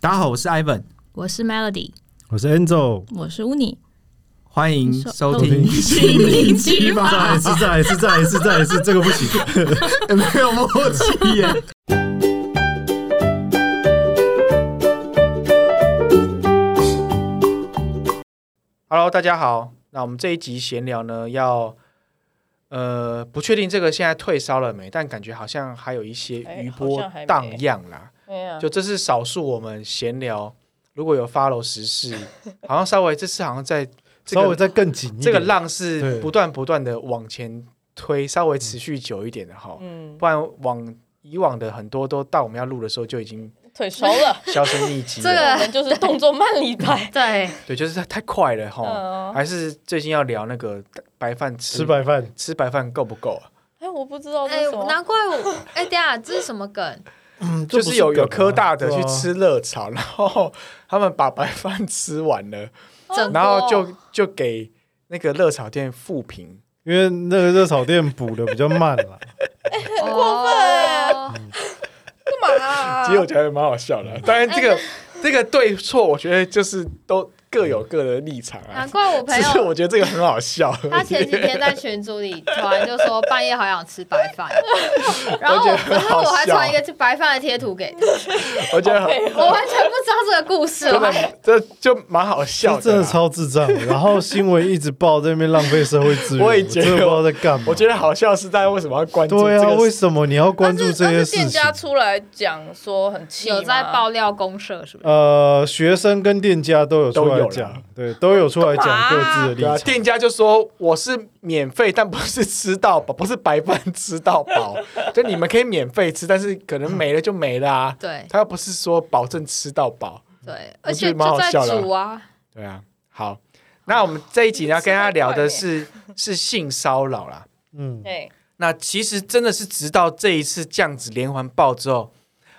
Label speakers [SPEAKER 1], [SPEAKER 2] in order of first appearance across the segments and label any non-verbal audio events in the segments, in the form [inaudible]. [SPEAKER 1] 大家好，我是 Ivan，
[SPEAKER 2] 我是 Melody，
[SPEAKER 3] 我是 Angel，
[SPEAKER 2] 我是 Uni，
[SPEAKER 1] 欢
[SPEAKER 4] 嗯
[SPEAKER 1] 迎收听
[SPEAKER 3] 听。
[SPEAKER 2] 心灵奇
[SPEAKER 3] 再 [laughs] 来一次，再来一次，再来一次，再来一次，这个
[SPEAKER 1] [laughs]
[SPEAKER 3] 不行。哎
[SPEAKER 1] 没有默契耶。
[SPEAKER 4] Hello，大家好。那我们这一集闲聊呢，要呃不确定这个现在退烧了没，但感觉好像还有一些余
[SPEAKER 2] 哎好
[SPEAKER 4] 波
[SPEAKER 2] 像还没
[SPEAKER 4] 荡漾啦。
[SPEAKER 2] 没有，
[SPEAKER 4] 就这是少数我们闲聊，如果有 follow 时
[SPEAKER 2] [laughs]
[SPEAKER 4] 事，好像稍微这次好像在这
[SPEAKER 3] 稍微
[SPEAKER 4] 个
[SPEAKER 3] 再更紧一点。
[SPEAKER 4] 这个浪是
[SPEAKER 3] 对
[SPEAKER 4] 不断不断的往前推，稍微持续久一点的哈，
[SPEAKER 5] 嗯，
[SPEAKER 4] 不然往以往的很多都到我们要录的时候就已经，
[SPEAKER 5] 腿熟了
[SPEAKER 2] [laughs]
[SPEAKER 4] 销声匿
[SPEAKER 3] [laughs]
[SPEAKER 4] 迹了。
[SPEAKER 2] 这
[SPEAKER 5] 我
[SPEAKER 2] 个。
[SPEAKER 5] 们就是动作慢了一拍
[SPEAKER 2] [laughs] 对，哎
[SPEAKER 4] 对，就是它太快了哈。
[SPEAKER 5] 嗯，
[SPEAKER 4] 还是最近要聊那个白饭吃
[SPEAKER 3] 吃白饭，
[SPEAKER 4] 吃白饭够不够啊？
[SPEAKER 5] 哎，我不知道这
[SPEAKER 2] 哎
[SPEAKER 5] 是什，么，
[SPEAKER 2] 难怪我，哎，等一下这是什么梗？
[SPEAKER 3] 嗯，
[SPEAKER 4] 就
[SPEAKER 3] 这不
[SPEAKER 4] 是有
[SPEAKER 3] 梗啊
[SPEAKER 4] 有科大的
[SPEAKER 3] 对
[SPEAKER 4] 去
[SPEAKER 3] 啊
[SPEAKER 4] 吃热炒，然后他们把白饭吃完了，
[SPEAKER 2] 整
[SPEAKER 4] 然后
[SPEAKER 2] 锅
[SPEAKER 4] 就就给那个热炒店复评，
[SPEAKER 3] 因为那个热炒店补的比较慢
[SPEAKER 4] [laughs]
[SPEAKER 3] 啦。
[SPEAKER 2] 很过分，
[SPEAKER 5] 干嘛啊？
[SPEAKER 4] 其实我觉得蛮好笑的。啊当然这
[SPEAKER 2] 哎
[SPEAKER 4] 个这个对错，我觉得就是都各有各的立场啊
[SPEAKER 2] 难。怪我朋
[SPEAKER 4] 只是
[SPEAKER 2] 友
[SPEAKER 4] 我 [laughs] 觉得这个很好笑，
[SPEAKER 2] 他前几天在群组里突然就说半夜好想吃白
[SPEAKER 4] [laughs]
[SPEAKER 2] 饭，然后我
[SPEAKER 4] 我觉得很
[SPEAKER 2] 然
[SPEAKER 4] 好
[SPEAKER 2] 后我还
[SPEAKER 4] 笑
[SPEAKER 2] 传一个吃白饭的贴图给他，
[SPEAKER 4] 我觉得很
[SPEAKER 5] 配
[SPEAKER 2] 我完全不知道这个故
[SPEAKER 4] [laughs]
[SPEAKER 2] 事，
[SPEAKER 4] 真
[SPEAKER 2] 我还
[SPEAKER 4] 的这就蛮好笑
[SPEAKER 3] 这
[SPEAKER 4] 的，
[SPEAKER 3] 真的。超智障的。然后新闻一直报在那边浪费社会资源，
[SPEAKER 4] 我
[SPEAKER 3] 我
[SPEAKER 4] 也觉得
[SPEAKER 3] 真的不知道在干嘛。
[SPEAKER 4] 我觉得好笑是大家为什么要关注
[SPEAKER 3] 对
[SPEAKER 4] 这
[SPEAKER 3] 啊，
[SPEAKER 4] 个
[SPEAKER 3] 为什么你要关
[SPEAKER 2] 啊
[SPEAKER 3] 注这些
[SPEAKER 5] 但是但是
[SPEAKER 3] 事
[SPEAKER 5] 店
[SPEAKER 3] 情？
[SPEAKER 5] 家出来讲说很气吗，
[SPEAKER 2] 有在爆料公社是不是？
[SPEAKER 3] 呃，学生跟店家都有出
[SPEAKER 4] 都有
[SPEAKER 3] 来
[SPEAKER 4] 啦
[SPEAKER 3] 讲，对，都有出来讲
[SPEAKER 5] 干嘛
[SPEAKER 3] 各自的立
[SPEAKER 4] 对啊，
[SPEAKER 3] 场。
[SPEAKER 4] 店家就说我是免费，但不是吃到饱，不是白饭吃到饱，就你们可以免费吃，但是可能没了就没了啊。
[SPEAKER 2] 对
[SPEAKER 4] 他又不是说保证吃到饱，
[SPEAKER 2] 对，
[SPEAKER 4] 我
[SPEAKER 2] 而
[SPEAKER 4] 觉
[SPEAKER 2] 且
[SPEAKER 4] 得蛮
[SPEAKER 2] 就
[SPEAKER 4] 好
[SPEAKER 2] 在
[SPEAKER 4] 笑的啊
[SPEAKER 2] 煮啊，
[SPEAKER 4] 对啊。好，那我们这一集呢，要跟大家聊的是是性骚扰啦。
[SPEAKER 3] 嗯，
[SPEAKER 5] 哎，
[SPEAKER 4] 那其实真的是直到这一次这样子连环爆之后，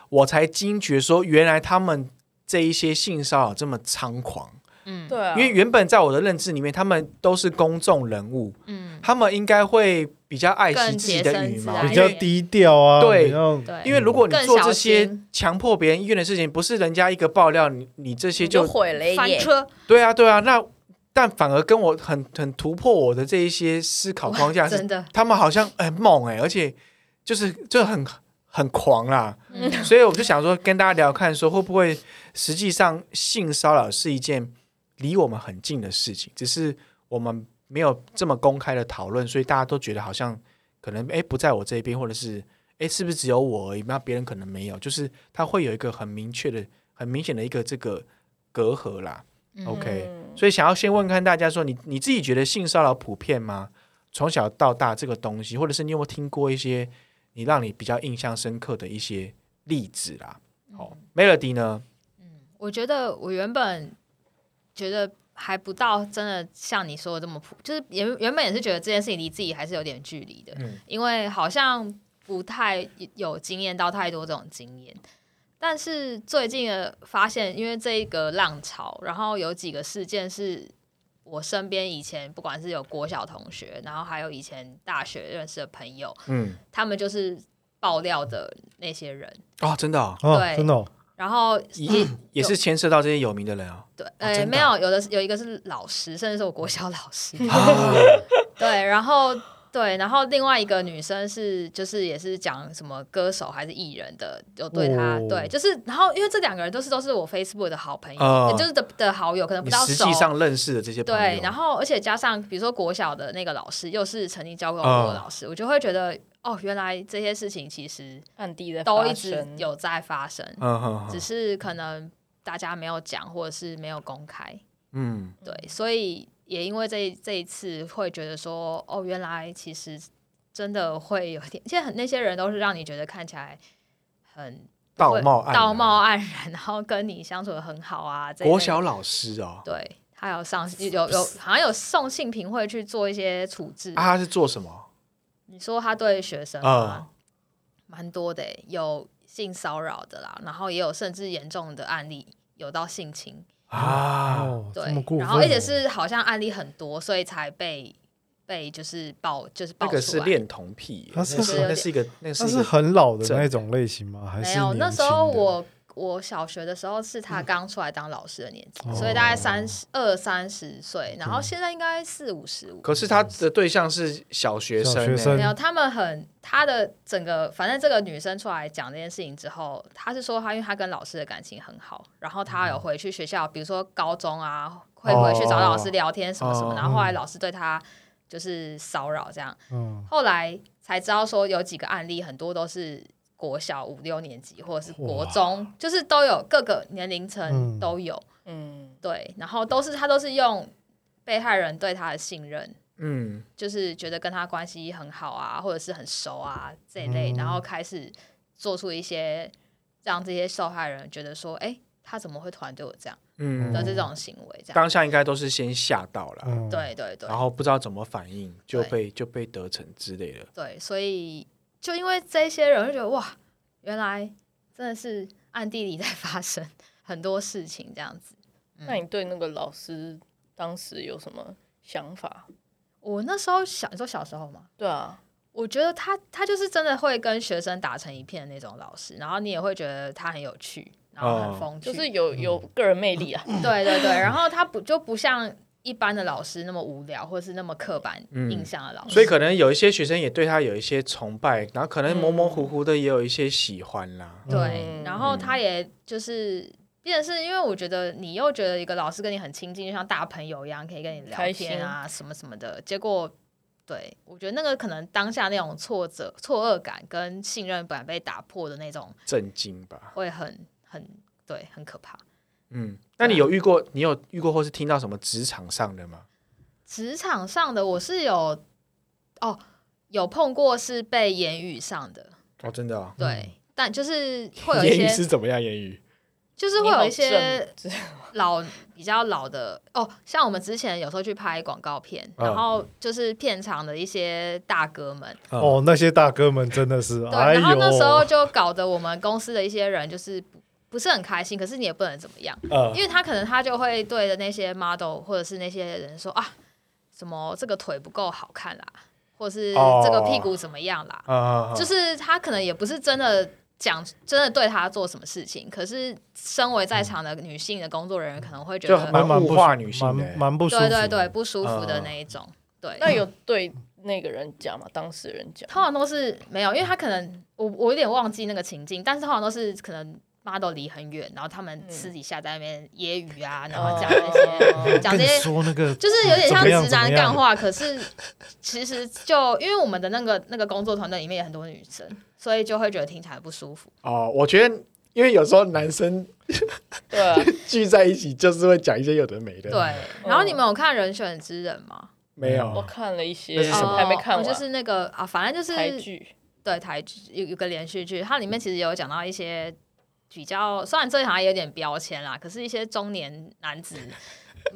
[SPEAKER 4] 我才惊觉说，原来他们这一些性骚扰这么猖狂。
[SPEAKER 2] 嗯
[SPEAKER 5] 对啊，
[SPEAKER 4] 因为原本在我的认知里面，他们都是公众人物，
[SPEAKER 2] 嗯，
[SPEAKER 4] 他们应该会比较爱惜
[SPEAKER 2] 更
[SPEAKER 4] 自己
[SPEAKER 2] 洁
[SPEAKER 4] 的
[SPEAKER 2] 身
[SPEAKER 4] 羽
[SPEAKER 2] 自
[SPEAKER 4] 毛，
[SPEAKER 2] 爱
[SPEAKER 3] 比
[SPEAKER 4] 因
[SPEAKER 3] 较
[SPEAKER 4] 为
[SPEAKER 2] 一点
[SPEAKER 3] 低调啊，
[SPEAKER 4] 对
[SPEAKER 3] 比较
[SPEAKER 2] 对，
[SPEAKER 4] 因为如果你
[SPEAKER 2] 更
[SPEAKER 4] 做
[SPEAKER 2] 小
[SPEAKER 4] 这些
[SPEAKER 2] 心
[SPEAKER 4] 强迫别人意愿的事情，不是人家一个爆料，你你这些
[SPEAKER 5] 你就
[SPEAKER 4] 就
[SPEAKER 5] 毁了一
[SPEAKER 2] 翻
[SPEAKER 5] 点，
[SPEAKER 2] 车，
[SPEAKER 4] 对啊对啊，那但反而跟我很很突破我的这一些思考框架，是
[SPEAKER 2] 真的，
[SPEAKER 4] 他们好像很猛哎、而且就是就很很狂啦，
[SPEAKER 2] 嗯
[SPEAKER 4] 所以我就想说跟大家聊看，说会不会实际上性骚扰是一件离我们很近的事情，只是我们没有这么公开的讨论，所以大家都觉得好像可能哎不在我这边，或者是哎是不是只有我而已？那别人可能没有，就是他会有一个很明确的、很明显的一个这个隔阂啦。
[SPEAKER 2] 嗯
[SPEAKER 4] OK，
[SPEAKER 5] 嗯
[SPEAKER 4] 所以想要先问看大家说，你你自己觉得性骚扰普遍吗？从小到大这个东西，或者是你有没有听过一些你让你比较印象深刻的一些例子啦？
[SPEAKER 2] 嗯
[SPEAKER 4] 好、m e l o d y 呢？
[SPEAKER 2] 我觉得我原本觉得还不到真的像你说的这么普，就是原原本也是觉得这件事情离自己还是有点距离的，
[SPEAKER 4] 嗯
[SPEAKER 2] 因为好像不太有经验到太多这种经验。但是最近的发现，因为这一个浪潮，然后有几个事件是我身边以前不管是有国小同学，然后还有以前大学认识的朋友，
[SPEAKER 4] 嗯，
[SPEAKER 2] 他们就是爆料的那些人，
[SPEAKER 4] 哦，真的、哦，
[SPEAKER 3] 哦
[SPEAKER 2] 对，
[SPEAKER 3] 真的哦，
[SPEAKER 2] 然后
[SPEAKER 4] 也也是牵涉到这些有名的人啊、
[SPEAKER 2] 对，
[SPEAKER 4] 真的
[SPEAKER 2] 呃，
[SPEAKER 4] 啊
[SPEAKER 2] 没有，有的是有一个是老师，甚至是我国小老
[SPEAKER 4] [laughs]
[SPEAKER 2] 师。
[SPEAKER 4] 啊
[SPEAKER 2] 对，然后对，然后另外一个女生是就是也是讲什么歌手还是艺人的，有对她、
[SPEAKER 3] 哦
[SPEAKER 2] 对，就是然后因为这两个人都是都是我 Facebook 的好朋友，
[SPEAKER 4] 哦
[SPEAKER 2] 也就是的的好友，可 [laughs] 能不
[SPEAKER 4] 你
[SPEAKER 2] 到
[SPEAKER 4] 实
[SPEAKER 2] 熟
[SPEAKER 4] 际。上认识的这些朋友，
[SPEAKER 2] 对，然后而且加上比如说国小的那个老师，又是曾经教过我
[SPEAKER 4] 哦
[SPEAKER 2] 的老师，我就会觉得哦，原来这些事情其实
[SPEAKER 5] 暗地的
[SPEAKER 2] 都一直有在发生，
[SPEAKER 4] 嗯哼
[SPEAKER 2] 只
[SPEAKER 4] 哼，
[SPEAKER 2] 是可能大家没有讲或者是没有公开。
[SPEAKER 4] 嗯，
[SPEAKER 2] 对，所以也因为这一这一次会觉得说，哦，原来其实真的会有点，现在很那些人都是让你觉得看起来很
[SPEAKER 4] 道貌岸然
[SPEAKER 2] 道貌岸然，然后跟你相处的很好啊，这一类
[SPEAKER 4] 国小老师哦，
[SPEAKER 2] 对，还有上有有有好像有送性平会去做一些处置。
[SPEAKER 4] 啊，他是做什么？
[SPEAKER 2] 你说他对学生吗？
[SPEAKER 4] 嗯
[SPEAKER 2] 蛮多的欸，有性骚扰的啦，然后也有甚至严重的案例有到性侵。
[SPEAKER 4] 啊，
[SPEAKER 3] 哦，这么
[SPEAKER 2] 对
[SPEAKER 3] 过，分
[SPEAKER 2] 然
[SPEAKER 3] 哦，
[SPEAKER 2] 后而且是好像案例很多，所以才被被就是爆就是
[SPEAKER 4] 那
[SPEAKER 2] 爆出来。
[SPEAKER 4] 个是恋童癖耶，
[SPEAKER 3] 他是
[SPEAKER 4] 那是那是一个那
[SPEAKER 3] 他
[SPEAKER 4] 是一
[SPEAKER 3] 是
[SPEAKER 4] 个
[SPEAKER 3] 很老的那种类型吗？还
[SPEAKER 2] 没
[SPEAKER 3] 是
[SPEAKER 2] 有，
[SPEAKER 3] 年
[SPEAKER 2] 那时
[SPEAKER 3] 轻
[SPEAKER 2] 候
[SPEAKER 3] 的嗯
[SPEAKER 2] 我我小学的时候是他刚出来当老师的年纪，
[SPEAKER 4] 哦
[SPEAKER 2] 所以大概三十二三十岁，然后现在应该四五十五。
[SPEAKER 4] 可是他的对象是小学生、
[SPEAKER 3] 小
[SPEAKER 4] 欸，
[SPEAKER 3] 学生
[SPEAKER 2] 没有，他们很他的整个，反正这个女生出来讲这件事情之后，她是说她因为她跟老师的感情很好，然后她
[SPEAKER 3] 嗯
[SPEAKER 2] 有回去学校，比如说高中啊，会回去找老师聊天什么什么，
[SPEAKER 4] 哦
[SPEAKER 2] 然后后来老师对她就是骚扰这样，
[SPEAKER 3] 嗯，
[SPEAKER 2] 后来才知道说有几个案例，很多都是国小五六年级或者是国中，就是都有各个年龄层
[SPEAKER 3] 嗯
[SPEAKER 2] 都有、
[SPEAKER 5] 嗯，
[SPEAKER 2] 对，然后都是他都是用被害人对他的信任。
[SPEAKER 4] 嗯，
[SPEAKER 2] 就是觉得跟他关系很好啊，或者是很熟啊这一类，
[SPEAKER 3] 嗯
[SPEAKER 2] 然后开始做出一些让这些受害人觉得说，哎、他怎么会突然对我这样
[SPEAKER 4] 嗯
[SPEAKER 2] 的这种行为，这样、
[SPEAKER 4] 当下应该都是先吓到了，
[SPEAKER 3] 嗯，
[SPEAKER 2] 对对对
[SPEAKER 4] 然后不知道怎么反应，就
[SPEAKER 2] 对
[SPEAKER 4] 被就被得逞之类的。
[SPEAKER 2] 对，所以就因为这些人就觉得哇，原来真的是暗地里在发生很多事情这样子。
[SPEAKER 5] 那你对那个老师当时有什么想法？
[SPEAKER 2] 我那时候小，你说小时候吗？
[SPEAKER 5] 对啊，
[SPEAKER 2] 我觉得他他就是真的会跟学生打成一片的那种老师，然后你也会觉得他很有趣，然后
[SPEAKER 4] 哦
[SPEAKER 2] 很风趣，
[SPEAKER 5] 就是有有个人魅力啊。 [clears throat]
[SPEAKER 2] 对对对，然后他不就不像一般的老师那么无聊，或者是那么刻板印象的老师。
[SPEAKER 4] 嗯所以可能有一些学生也对他有一些崇拜，然后可能模模糊糊的也有一些喜欢啦。
[SPEAKER 2] 对
[SPEAKER 5] 嗯，
[SPEAKER 2] 然后他也就是，变成是因为我觉得你又觉得一个老师跟你很亲近，就像大朋友一样，可以跟你聊天啊什么什么的，结果。对，我觉得那个可能当下那种挫折、错愕感跟信任感被打破的那种，
[SPEAKER 4] 震惊吧，
[SPEAKER 2] 会很很对，很可怕。
[SPEAKER 4] 嗯，那你有遇过？你有遇过或是听到什么职场上的吗？
[SPEAKER 2] 职场上的我是有哦，有碰过是被言语上的，
[SPEAKER 4] 哦，真的、哦，
[SPEAKER 2] 对，但就是会有一
[SPEAKER 4] 言语
[SPEAKER 2] 些，
[SPEAKER 4] 是怎么样？言语
[SPEAKER 2] 就是会有一些 [laughs] 老比较老的哦，像我们之前有时候去拍广告片，
[SPEAKER 4] 嗯
[SPEAKER 2] 然后就是片场的一些大哥们，
[SPEAKER 4] 嗯
[SPEAKER 3] 哦，那些大哥们真的是，
[SPEAKER 2] 对，
[SPEAKER 3] 哎
[SPEAKER 2] 然后
[SPEAKER 3] 呦，
[SPEAKER 2] 那时候就搞得我们公司的一些人就是不不是很开心，可是你也不能怎么样，
[SPEAKER 3] 呃
[SPEAKER 4] 嗯
[SPEAKER 2] 因为他可能他就会对着那些 model 或者是那些人说啊，什么这个腿不够好看啦，或是
[SPEAKER 4] 哦
[SPEAKER 2] 这个屁股怎么样啦，
[SPEAKER 3] 嗯
[SPEAKER 4] 啊，
[SPEAKER 2] 就是他可能也不是真的讲，真的对他做什么事情，可是身为在场的女性的工作人员可能会觉
[SPEAKER 4] 就
[SPEAKER 2] 得，
[SPEAKER 3] 蛮蛮
[SPEAKER 4] 物
[SPEAKER 3] 不
[SPEAKER 4] 化
[SPEAKER 3] 舒
[SPEAKER 4] 女性的
[SPEAKER 3] 蛮蛮不舒服，嗯
[SPEAKER 2] 对对对，，不舒服的那一种。对，
[SPEAKER 5] 那有对那个人讲吗？当事人讲？
[SPEAKER 2] 通常都是没有，因为他可能我我有点忘记那个情境，但是通常都是可能 model 离很远，然后他
[SPEAKER 5] 嗯
[SPEAKER 2] 们私底下在那边揶揄啊，然
[SPEAKER 5] 哦
[SPEAKER 2] 后讲那些
[SPEAKER 5] 些
[SPEAKER 2] 讲
[SPEAKER 3] 跟
[SPEAKER 2] 这
[SPEAKER 3] 你
[SPEAKER 2] 些
[SPEAKER 3] 说那个
[SPEAKER 2] [laughs] 就是有点像
[SPEAKER 3] 怎么样
[SPEAKER 2] 直男干话，可是其实就因为我们的那个那个工作团队里面有很多女生，所以就会觉得听起来不舒服。
[SPEAKER 4] 哦，我觉得。因为有时候男生
[SPEAKER 5] [laughs]
[SPEAKER 4] [laughs]
[SPEAKER 5] 对啊，
[SPEAKER 4] 聚在一起，就是会讲一些有的没的。
[SPEAKER 2] 对，，然后你们有看《人选之人》吗？
[SPEAKER 4] 没有
[SPEAKER 5] 我看了一些
[SPEAKER 4] 那是，什么
[SPEAKER 2] 哦
[SPEAKER 5] 还没看完，
[SPEAKER 2] 就是那个啊，反正就是
[SPEAKER 5] 台剧。
[SPEAKER 2] 对台剧有有个连续剧，它里面其实有讲到一些比较，虽然这行业有点标签啦，可是一些中年男子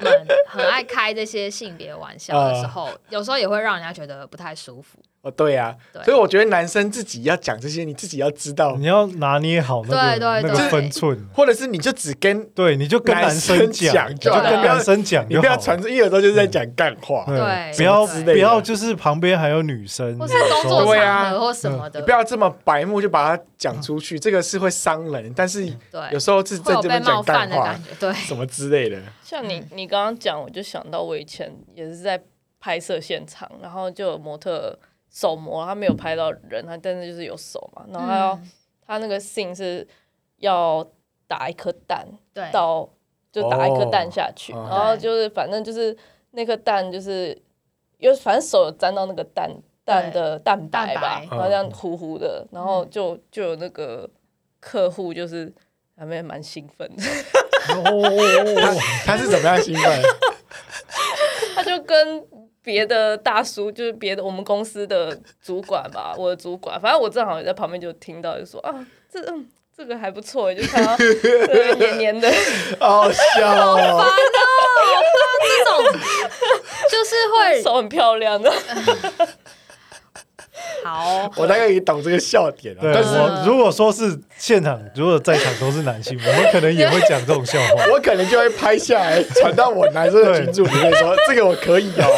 [SPEAKER 2] 们很爱开这些性别玩笑的时候，有时候也会让人家觉得不太舒服。
[SPEAKER 4] 哦，对呀、
[SPEAKER 2] 对
[SPEAKER 4] 所以我觉得男生自己要讲这些，你自己要知道
[SPEAKER 3] 你，要拿捏好那
[SPEAKER 2] 对对
[SPEAKER 3] 个那个
[SPEAKER 2] 对
[SPEAKER 3] 分寸，
[SPEAKER 4] 或者是你就只跟
[SPEAKER 3] 对，你就跟
[SPEAKER 4] 男
[SPEAKER 3] 男
[SPEAKER 4] 生
[SPEAKER 3] 生
[SPEAKER 4] 讲
[SPEAKER 3] 讲，你
[SPEAKER 4] 就
[SPEAKER 3] 就
[SPEAKER 2] 好
[SPEAKER 3] 跟男生讲
[SPEAKER 4] 你
[SPEAKER 3] 就
[SPEAKER 4] 不
[SPEAKER 3] 好
[SPEAKER 4] 要
[SPEAKER 3] 了，
[SPEAKER 4] 传出，一耳朵就是在讲干话，
[SPEAKER 2] 对
[SPEAKER 3] 不要
[SPEAKER 2] 对
[SPEAKER 3] 不要就是旁边还有女生，
[SPEAKER 2] 或是工作
[SPEAKER 4] 对
[SPEAKER 2] 场
[SPEAKER 4] 啊
[SPEAKER 2] 合或什么的，
[SPEAKER 4] 你不要这么白目就把它讲出去，这个是会伤人，但是
[SPEAKER 2] 嗯对
[SPEAKER 4] 有时候是
[SPEAKER 2] 会
[SPEAKER 4] 在
[SPEAKER 2] 有
[SPEAKER 4] 这
[SPEAKER 2] 被
[SPEAKER 4] 边
[SPEAKER 2] 冒
[SPEAKER 4] 讲
[SPEAKER 2] 犯
[SPEAKER 4] 干
[SPEAKER 2] 的
[SPEAKER 4] 话
[SPEAKER 2] 感觉。对，
[SPEAKER 4] 什么之类的。
[SPEAKER 5] 像你，你刚刚讲，我就想到我以前也是在拍摄现场，然后就有模特手模，他没有拍到人，他但是就是有手嘛，然后他要、
[SPEAKER 2] 嗯
[SPEAKER 5] 他那个 scene 是要打一颗蛋
[SPEAKER 2] 对
[SPEAKER 5] 到，就打一颗
[SPEAKER 4] 哦
[SPEAKER 5] 蛋下去，
[SPEAKER 4] 嗯
[SPEAKER 5] 然后就是反正就是那颗蛋就是，因为反正手有沾到那个蛋蛋的蛋白吧，
[SPEAKER 2] 蛋
[SPEAKER 4] 白
[SPEAKER 5] 然后这样糊糊的，然后就就有那个客户就是还没蛮兴奋的。
[SPEAKER 4] [laughs]
[SPEAKER 3] 哦，
[SPEAKER 4] [laughs] 他是怎么样兴奋？
[SPEAKER 5] 他就跟别的大叔，就是别的我们公司的主管吧，我的主管，反正我正好也在旁边就听到，就说啊，这嗯这个还不错，就看到这个黏黏的，
[SPEAKER 4] 好笑哦！
[SPEAKER 2] 这种就是会
[SPEAKER 5] 手很漂亮的，
[SPEAKER 2] 好。
[SPEAKER 4] 我大概也懂这个笑点了，
[SPEAKER 3] 对
[SPEAKER 4] 但是
[SPEAKER 3] 我如果说是现场，如果在场都是男性，我们可能也会讲这种笑话。
[SPEAKER 4] 我可能就会拍下来传到我男生的群组里面说，这个我可以哦，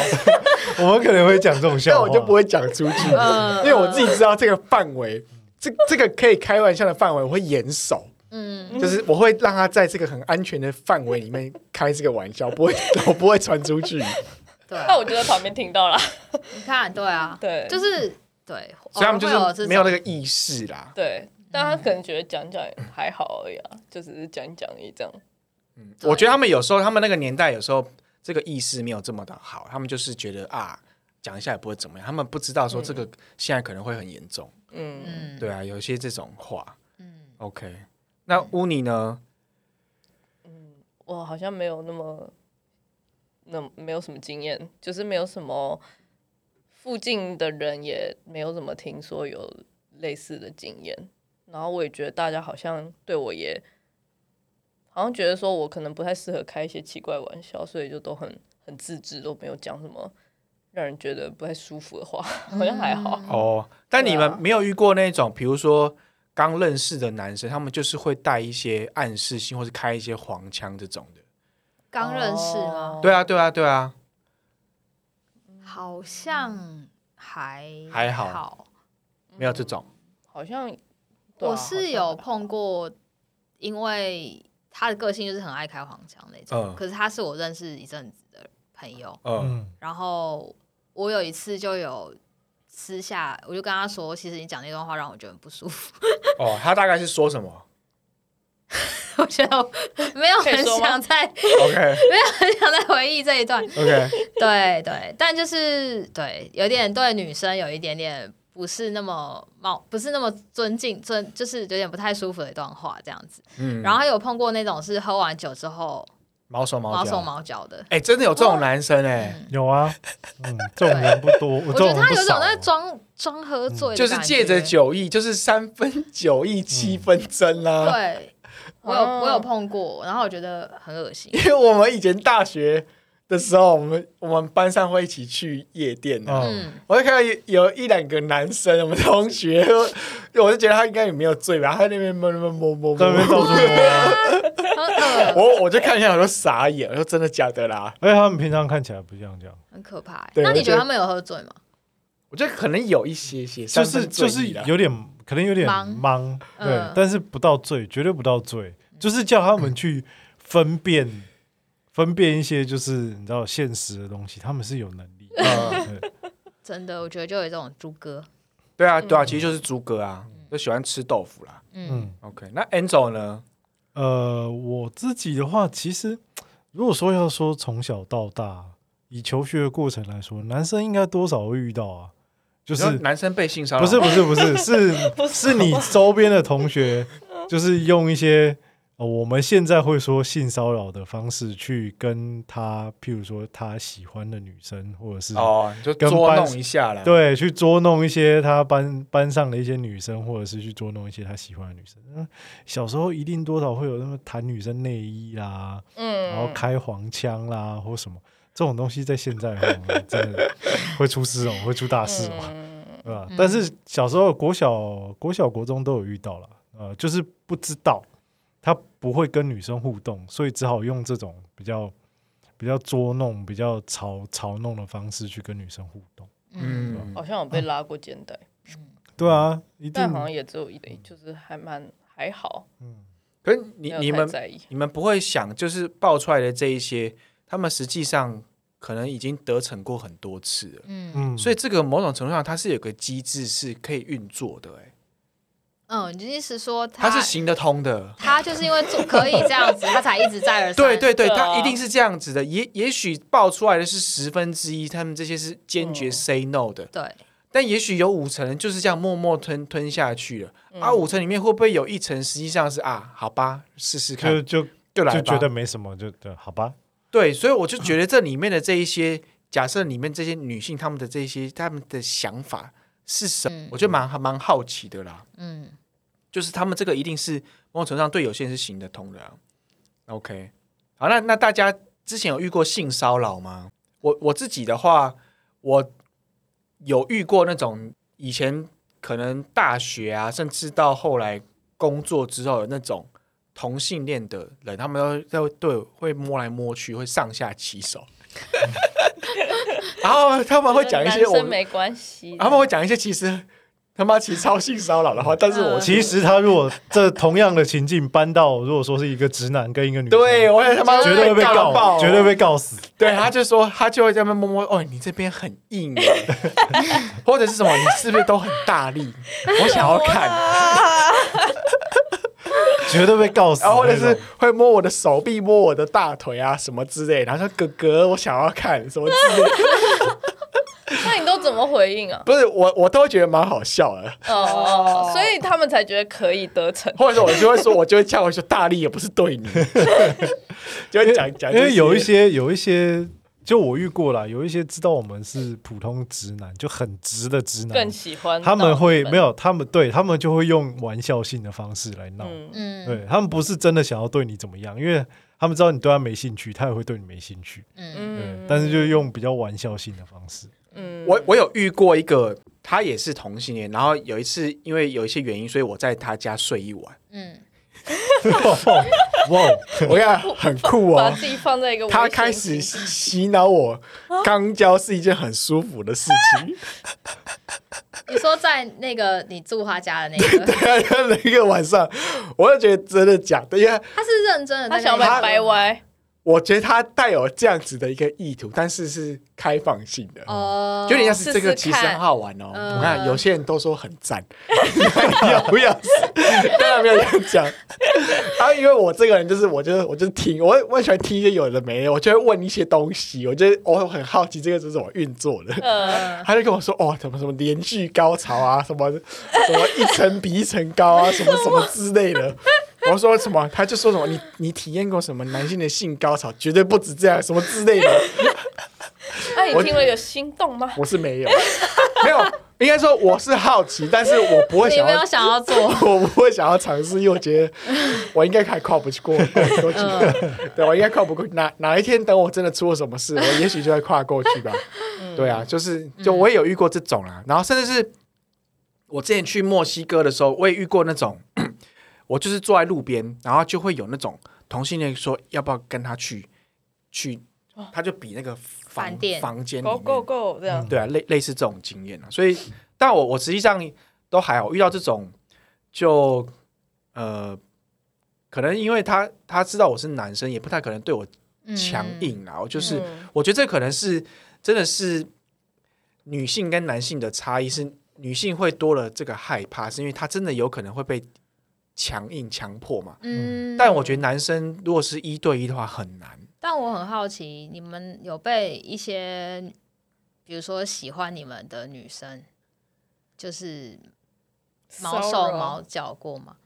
[SPEAKER 3] 我们可能会讲这种
[SPEAKER 4] 但
[SPEAKER 3] 笑话，
[SPEAKER 4] 我就不会讲出去，因
[SPEAKER 2] 嗯
[SPEAKER 4] 为我自己知道这个范围，这这个可以开玩笑的范围，我会严守。
[SPEAKER 2] 嗯，
[SPEAKER 4] 就是我会让他在这个很安全的范围里面开这个玩笑，不会 [laughs] 我不会传出去。
[SPEAKER 2] 对啊、
[SPEAKER 5] 那我就在旁边听到了，
[SPEAKER 2] 你看，对啊，
[SPEAKER 5] 对，
[SPEAKER 2] 就是是对，
[SPEAKER 4] [laughs] 所以他们就
[SPEAKER 2] 偶尔哦会
[SPEAKER 4] 是
[SPEAKER 2] 这
[SPEAKER 4] 没有那
[SPEAKER 2] 种
[SPEAKER 4] 个意识啦。
[SPEAKER 5] 对。但他可能觉得讲讲也还好而已啊，就只是讲讲而已这样。
[SPEAKER 4] 我觉得他们有时候，他们那个年代有时候这个意识没有这么的好，他们就是觉得啊，讲一下也不会怎么样，他们不知道说这个现在可能会很严重。
[SPEAKER 5] 嗯，
[SPEAKER 2] 嗯，
[SPEAKER 4] 对啊，有一些这种话。
[SPEAKER 2] 嗯，
[SPEAKER 4] OK，那乌尼呢？
[SPEAKER 5] 我好像没有那么，那没有什么经验，就是没有什么附近的人也没有怎么听说有类似的经验。然后我也觉得大家好像对我也，好像觉得说我可能不太适合开一些奇怪玩笑，所以就都很很自制，都没有讲什么让人觉得不太舒服的话，好像还好。
[SPEAKER 4] 哦，但你们
[SPEAKER 5] 对啊
[SPEAKER 4] 没有遇过那种，比如说刚认识的男生，他们就是会带一些暗示性，或是开一些黄腔这种的。
[SPEAKER 2] 刚认识吗？
[SPEAKER 5] 哦
[SPEAKER 4] 对啊，对啊，对啊。
[SPEAKER 2] 好像还
[SPEAKER 4] 还好
[SPEAKER 2] 好，
[SPEAKER 4] 没有这种。
[SPEAKER 5] 好像对啊
[SPEAKER 2] 我是有
[SPEAKER 5] 好像还好
[SPEAKER 2] 碰过，因为他的个性就是很爱开黄腔那种，
[SPEAKER 4] 嗯
[SPEAKER 2] 可是他是我认识一阵子的朋友，
[SPEAKER 4] 嗯，
[SPEAKER 3] 嗯，
[SPEAKER 2] 然后我有一次就有私下，我就跟他说，其实你讲那段话让我觉得很不舒服， [laughs]
[SPEAKER 4] 哦，他大概是说什 [laughs] 么
[SPEAKER 2] 我觉得我没有
[SPEAKER 5] 可以
[SPEAKER 2] 很
[SPEAKER 5] 说吗
[SPEAKER 2] 想再
[SPEAKER 4] ？OK
[SPEAKER 2] 很想再回忆这一段，
[SPEAKER 4] OK，
[SPEAKER 2] 对对，但就是对，有点对女生有一点点不是那么冒，不是那么尊敬，尊就是有点不太舒服的一段话这样子。
[SPEAKER 4] 嗯，
[SPEAKER 2] 然后还有碰过那种是喝完酒之后
[SPEAKER 4] 毛手毛
[SPEAKER 2] 毛
[SPEAKER 4] 脚
[SPEAKER 2] 手，毛脚的，
[SPEAKER 4] 哎、真的有这种男生哎、
[SPEAKER 3] 有啊，嗯，这种人不多，我
[SPEAKER 2] 我
[SPEAKER 3] 这
[SPEAKER 2] 觉
[SPEAKER 3] 种
[SPEAKER 2] 得
[SPEAKER 3] 人
[SPEAKER 2] 他
[SPEAKER 3] 不
[SPEAKER 2] 有
[SPEAKER 3] 少
[SPEAKER 2] 种在装装喝醉的感觉，
[SPEAKER 4] 哦就是借着酒意，就是三分酒意七分啊真啦、
[SPEAKER 2] 对。我有我有碰过，然后我觉得很恶心。
[SPEAKER 4] 因为我们以前大学的时候，我们我们班上会一起去夜店的、
[SPEAKER 3] 嗯
[SPEAKER 2] 嗯，
[SPEAKER 4] 我就看到有有一两个男生，我们同学，我就觉得他应该也没有醉吧，他在那边摸摸摸摸
[SPEAKER 3] 在那边
[SPEAKER 4] 摸，
[SPEAKER 3] 到处摸啊。
[SPEAKER 2] 很恶，
[SPEAKER 4] 我我就看一下，我就傻眼，我说真的假的啦？
[SPEAKER 3] 而且哎他们平常看起来不像这样，
[SPEAKER 2] 很可怕欸。
[SPEAKER 4] 对
[SPEAKER 2] 那
[SPEAKER 4] 我
[SPEAKER 2] 你
[SPEAKER 4] 觉
[SPEAKER 2] 觉
[SPEAKER 4] 得
[SPEAKER 2] 得他们有喝醉吗？
[SPEAKER 4] 我觉得可能有一些些，
[SPEAKER 3] 就
[SPEAKER 4] 三
[SPEAKER 3] 是
[SPEAKER 4] 分
[SPEAKER 3] 就
[SPEAKER 4] 醉
[SPEAKER 3] 是
[SPEAKER 4] 意啦
[SPEAKER 3] 有点可能有点
[SPEAKER 2] 忙
[SPEAKER 3] 忙，
[SPEAKER 2] 嗯
[SPEAKER 3] 对，但是不到醉，绝对不到醉，就是叫他们去分辨分辨一些就是你知道现实的东西，他们是有能力的。
[SPEAKER 4] 嗯
[SPEAKER 3] 对
[SPEAKER 2] 真的，我觉得就有一种猪哥。
[SPEAKER 4] 对啊，对啊，其实就是猪哥啊，就喜欢吃豆腐啦。
[SPEAKER 2] 嗯
[SPEAKER 3] 嗯，
[SPEAKER 4] OK，那 Angel 呢？
[SPEAKER 3] 呃，我自己的话，其实如果说要说从小到大，以求学的过程来说，男生应该多少会遇到啊，就
[SPEAKER 4] 就是男生被性骚扰，
[SPEAKER 3] 不是不是不 [laughs] 是是是你周边的同 [laughs] 学，就是用一些、呃我们现在会说性骚扰的方式去跟他，譬如说他喜欢的女生，或者是、
[SPEAKER 4] 哦，你就
[SPEAKER 3] 跟
[SPEAKER 4] 捉
[SPEAKER 3] 班
[SPEAKER 4] 弄一下啦。，
[SPEAKER 3] 对去捉弄一些他班班上的一些女生，或者是去捉弄一些他喜欢的女生。嗯小时候一定多少会有那么弹女生内衣啊啦，
[SPEAKER 5] 嗯，
[SPEAKER 3] 然后开黄腔啦，或什么。这种东西在现在哦真的会出事哦，会出大事哦。
[SPEAKER 5] 嗯
[SPEAKER 3] 对吧
[SPEAKER 2] 嗯？
[SPEAKER 3] 但是小时候国小、国小、国中都有遇到了，呃，就是不知道他不会跟女生互动，所以只好用这种比较、比较捉弄、比较嘲嘲弄的方式去跟女生互动。
[SPEAKER 2] 嗯
[SPEAKER 4] 嗯，
[SPEAKER 5] 好像有被拉过肩带，
[SPEAKER 3] 对啊，一定
[SPEAKER 5] 但好像也只有一类，就是还蛮还好，
[SPEAKER 4] 可是
[SPEAKER 5] 没
[SPEAKER 4] 你
[SPEAKER 5] 有
[SPEAKER 4] 你
[SPEAKER 5] 太
[SPEAKER 4] 们
[SPEAKER 5] 在意，
[SPEAKER 4] 你们不会想，就是爆出来的这一些，他们实际上可能已经得逞过很多次了，
[SPEAKER 2] 嗯
[SPEAKER 3] 嗯，
[SPEAKER 4] 所
[SPEAKER 3] 以
[SPEAKER 4] 以这个某种程度上它是有个机制是可以运作的、哎，
[SPEAKER 2] 嗯，你的意思说他
[SPEAKER 4] 它是行得通的。
[SPEAKER 2] 他就是因为做可以这样子，他才一直在而三。
[SPEAKER 4] 对对对，
[SPEAKER 5] 对啊
[SPEAKER 4] 它一定是这样子的。也也许爆出来的是十分之一，他们这些是坚决
[SPEAKER 5] 嗯
[SPEAKER 4] say no 的，
[SPEAKER 2] 对，
[SPEAKER 4] 但也许有五成人就是这样默默吞吞下去了。
[SPEAKER 5] 嗯
[SPEAKER 4] 啊，五成里面会不会有一层实际上是啊？好吧，试试看，
[SPEAKER 3] 就
[SPEAKER 4] 就
[SPEAKER 3] 就
[SPEAKER 4] 来
[SPEAKER 3] 就
[SPEAKER 4] 吧。
[SPEAKER 3] 觉得没什么，就对，好吧，
[SPEAKER 4] 对，所以我就觉得这里面的这一些假设，里面这些女性她们的这些她们的想法是什么？
[SPEAKER 2] 嗯
[SPEAKER 4] 我觉得蛮还蛮好奇的啦。
[SPEAKER 2] 嗯，
[SPEAKER 4] 就是她们这个一定是某种程度上对有些人是行得通的、啊。OK，好，那那大家之前有遇过性骚扰吗？我我自己的话，我有遇过那种以前可能大学啊，甚至到后来工作之后的那种同性恋的人，他们都在对会摸来摸去，会上下其手， [laughs] 然后他们会讲一些
[SPEAKER 5] 男
[SPEAKER 4] 我
[SPEAKER 5] 生没关系，
[SPEAKER 4] 他们会讲一些其实他妈其实超性骚扰的话，但是我
[SPEAKER 5] 嗯
[SPEAKER 3] 其实他如果这同样的情境搬到，如果说是一个直男跟一个女生，
[SPEAKER 4] 对我也他妈
[SPEAKER 3] 绝对会被
[SPEAKER 4] 到爆
[SPEAKER 3] 告，
[SPEAKER 4] 哦
[SPEAKER 3] 绝对。被告死。
[SPEAKER 4] 对，他就说他就会在那边摸摸，哦，你这边很硬
[SPEAKER 3] [laughs]
[SPEAKER 4] 耶，或者是什么，你是不是都很大力？我想要看，
[SPEAKER 3] 绝对被告死那
[SPEAKER 4] 然
[SPEAKER 3] 种。
[SPEAKER 4] 后或者是会摸我的手臂、摸我的大腿啊什么之类，然后说哥哥，我想要看什么之类的，
[SPEAKER 5] 那你都怎么回应 [laughs] 啊？
[SPEAKER 4] 不是我我都会觉得蛮好笑的。
[SPEAKER 5] 哦，所以他们才觉得可以得逞。
[SPEAKER 4] 或者是我就会说，我就会叫我说大力也不是对你， [laughs] 就会讲讲这些，
[SPEAKER 3] 因为有一些有一些，就我遇过啦，有一些知道我们是普通直男，就很直的直男
[SPEAKER 5] 更，喜欢
[SPEAKER 3] 他们会没
[SPEAKER 5] 有，
[SPEAKER 3] 有，他们对他们就会用玩笑性的方式来闹，
[SPEAKER 5] 嗯，
[SPEAKER 2] 嗯
[SPEAKER 3] 对他们不是真的想要对你怎么样，因为他们知道你对他没兴趣，他也会对你没兴趣，
[SPEAKER 2] 嗯
[SPEAKER 5] 嗯
[SPEAKER 3] 对，但是就用比较玩笑性的方式，
[SPEAKER 5] 嗯
[SPEAKER 4] 我我有遇过一个，他也是同性恋，然后有一次因为有一些原因，所以我在他家睡一晚。
[SPEAKER 2] 嗯，
[SPEAKER 3] 哇，
[SPEAKER 4] [laughs] 我跟你讲，很酷
[SPEAKER 5] 把
[SPEAKER 4] 哦。
[SPEAKER 5] 自己放在一个危险
[SPEAKER 4] 他开始
[SPEAKER 5] 情
[SPEAKER 4] 洗脑我，肛交是一件很舒服的事情。 [laughs]
[SPEAKER 2] 你说在那个你住他家的那
[SPEAKER 4] [laughs]
[SPEAKER 2] 个，
[SPEAKER 4] 对，那个晚上，我就觉得真的假的，因为
[SPEAKER 2] 他是认真的在那
[SPEAKER 5] 他
[SPEAKER 2] 里，
[SPEAKER 5] 想要把你掰歪，
[SPEAKER 4] 我觉得他带有这样子的一个意图，但是是开放性的。
[SPEAKER 2] 哦，
[SPEAKER 4] 有点像是这个，
[SPEAKER 5] 试试
[SPEAKER 4] 其
[SPEAKER 5] 看
[SPEAKER 4] 实很好玩哦。
[SPEAKER 2] 嗯
[SPEAKER 4] 我看有些人都说很赞， [laughs] 要不要？当然没有这样讲。啊，因为我这个人就是，我就是我就是听，我我很喜欢听一些有的没的，我就会问一些东西，我就我很好奇这个是怎么运作的。[laughs]
[SPEAKER 5] 嗯，
[SPEAKER 4] 他就跟我说：“哦，什么什么连续高潮啊，什么什么一层比一层高啊，什么什么之类的。”我说什么？他就说什么你你体验过什么男性的性高潮，绝对不止这样，什么之类的。
[SPEAKER 5] 那你
[SPEAKER 4] 我
[SPEAKER 5] 听了有心动吗？
[SPEAKER 4] 我是没有， [laughs] 没有，应该说我是好奇，但是我不会
[SPEAKER 2] 你
[SPEAKER 4] 想
[SPEAKER 2] 没
[SPEAKER 4] 要
[SPEAKER 2] 有，想要做，
[SPEAKER 4] 我不会想要尝试，因为我觉得我应该还跨不过跨不过去，
[SPEAKER 2] 嗯
[SPEAKER 4] [laughs] 对我应该跨不过去。哪哪一天等我真的出了什么事，我也许就会跨过去吧。
[SPEAKER 2] 嗯
[SPEAKER 4] 对啊，就是就我也有遇过这种啦，然后甚至是我之前去墨西哥的时候，我也遇过那种，我就是坐在路边，然后就会有那种同性恋说要不要跟他去去，他就比那个房
[SPEAKER 2] 哦饭店
[SPEAKER 4] 房间里
[SPEAKER 5] ，Go
[SPEAKER 4] 面
[SPEAKER 5] Go Go 这样，
[SPEAKER 4] 对啊，类类似这种经验啊，所以，但我我实际上都还好，遇到这种就呃，可能因为他他知道我是男生，也不太可能对我 [laughs]
[SPEAKER 2] 嗯
[SPEAKER 4] 强，硬啊。我就是、
[SPEAKER 5] 嗯
[SPEAKER 4] 我觉得这可能是真的是女性跟男性的差异，是女性会多了这个害怕，是因为她真的有可能会被强硬强迫嘛。
[SPEAKER 2] 嗯，
[SPEAKER 4] 但我觉得男生如果是一对一的话很难，
[SPEAKER 2] 但我很好奇，你们有被一些，比如说喜欢你们的女生，就是毛
[SPEAKER 5] 骚
[SPEAKER 2] 手
[SPEAKER 5] 扰
[SPEAKER 2] 毛脚过吗？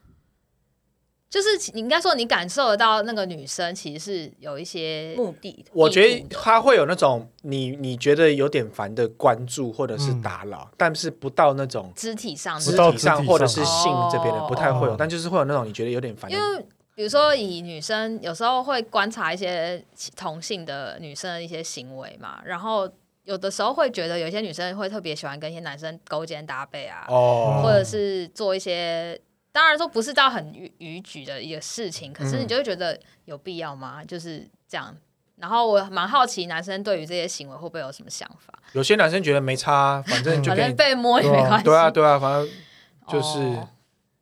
[SPEAKER 2] 就是其你应该说，你感受得到那个女生其实是有一些，
[SPEAKER 5] 目的的，
[SPEAKER 4] 我觉得他会有那种你你觉得有点烦的关注或者是打扰，但是不到那种
[SPEAKER 2] 肢体上
[SPEAKER 4] 肢
[SPEAKER 3] 嗯不到
[SPEAKER 2] 的，
[SPEAKER 4] 体
[SPEAKER 3] 肢
[SPEAKER 4] 上
[SPEAKER 3] 体
[SPEAKER 4] 或者
[SPEAKER 3] 上
[SPEAKER 4] 是
[SPEAKER 3] 的
[SPEAKER 4] 性这边的
[SPEAKER 5] 哦
[SPEAKER 4] 不太会有，
[SPEAKER 3] 哦
[SPEAKER 4] 但就是会有那种你觉得有点烦的
[SPEAKER 2] 因。为比如说以女生有时候会观察一些其同性的女生的一些行为嘛，然后有的时候会觉得有些女生会特别喜欢跟一些男生勾肩搭背啊，
[SPEAKER 4] 哦
[SPEAKER 2] 或者是做一些，当然说不是到很逾逾矩的一个事情，可
[SPEAKER 4] 嗯
[SPEAKER 2] 是你就会觉得有必要吗？就是这样。然后我蛮好奇男生对于这些行为会不会有什么想法，
[SPEAKER 4] 有些男生觉得没差，反正就
[SPEAKER 2] 嗯 [laughs] 反
[SPEAKER 4] 给你
[SPEAKER 2] 正被摸也没关系。
[SPEAKER 4] 对啊，对啊，反正就是、
[SPEAKER 2] 哦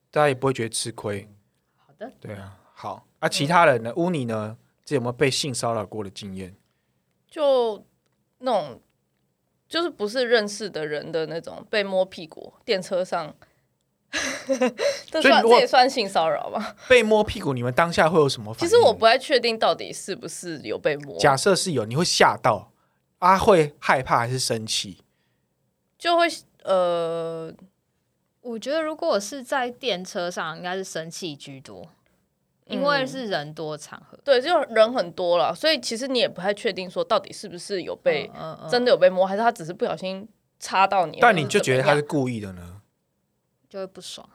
[SPEAKER 4] 大家也不会觉得吃亏。
[SPEAKER 2] 好的，
[SPEAKER 4] 对啊，好啊，其他人呢？乌尼呢？这有没有被性骚扰过的经验？
[SPEAKER 5] 就那种就是不是认识的人的那种被摸屁股，电车上，这
[SPEAKER 4] 所以
[SPEAKER 5] 算
[SPEAKER 4] 如
[SPEAKER 5] 这
[SPEAKER 4] 果
[SPEAKER 5] 也算性骚扰吧？
[SPEAKER 4] 被摸屁股，你们当下会有什么反
[SPEAKER 5] 其
[SPEAKER 4] 应？
[SPEAKER 5] 实我不太确定到底是不是有被摸，
[SPEAKER 4] 假设是有，你会吓到啊？会害怕还是生气？
[SPEAKER 5] 就会呃，
[SPEAKER 2] 我觉得如果我是在电车上，应该是生气居多，因为
[SPEAKER 5] 嗯
[SPEAKER 2] 是人多场合。
[SPEAKER 5] 对，就人很多了，所以其实你也不太确定说到底是不是有被、
[SPEAKER 2] 嗯嗯
[SPEAKER 5] 真的有被摸，还是他只是不小心插到你。
[SPEAKER 4] 但
[SPEAKER 5] 或者
[SPEAKER 4] 你就觉得
[SPEAKER 5] 怎
[SPEAKER 4] 他
[SPEAKER 5] 么样
[SPEAKER 4] 是故意的呢？
[SPEAKER 2] 就会不爽。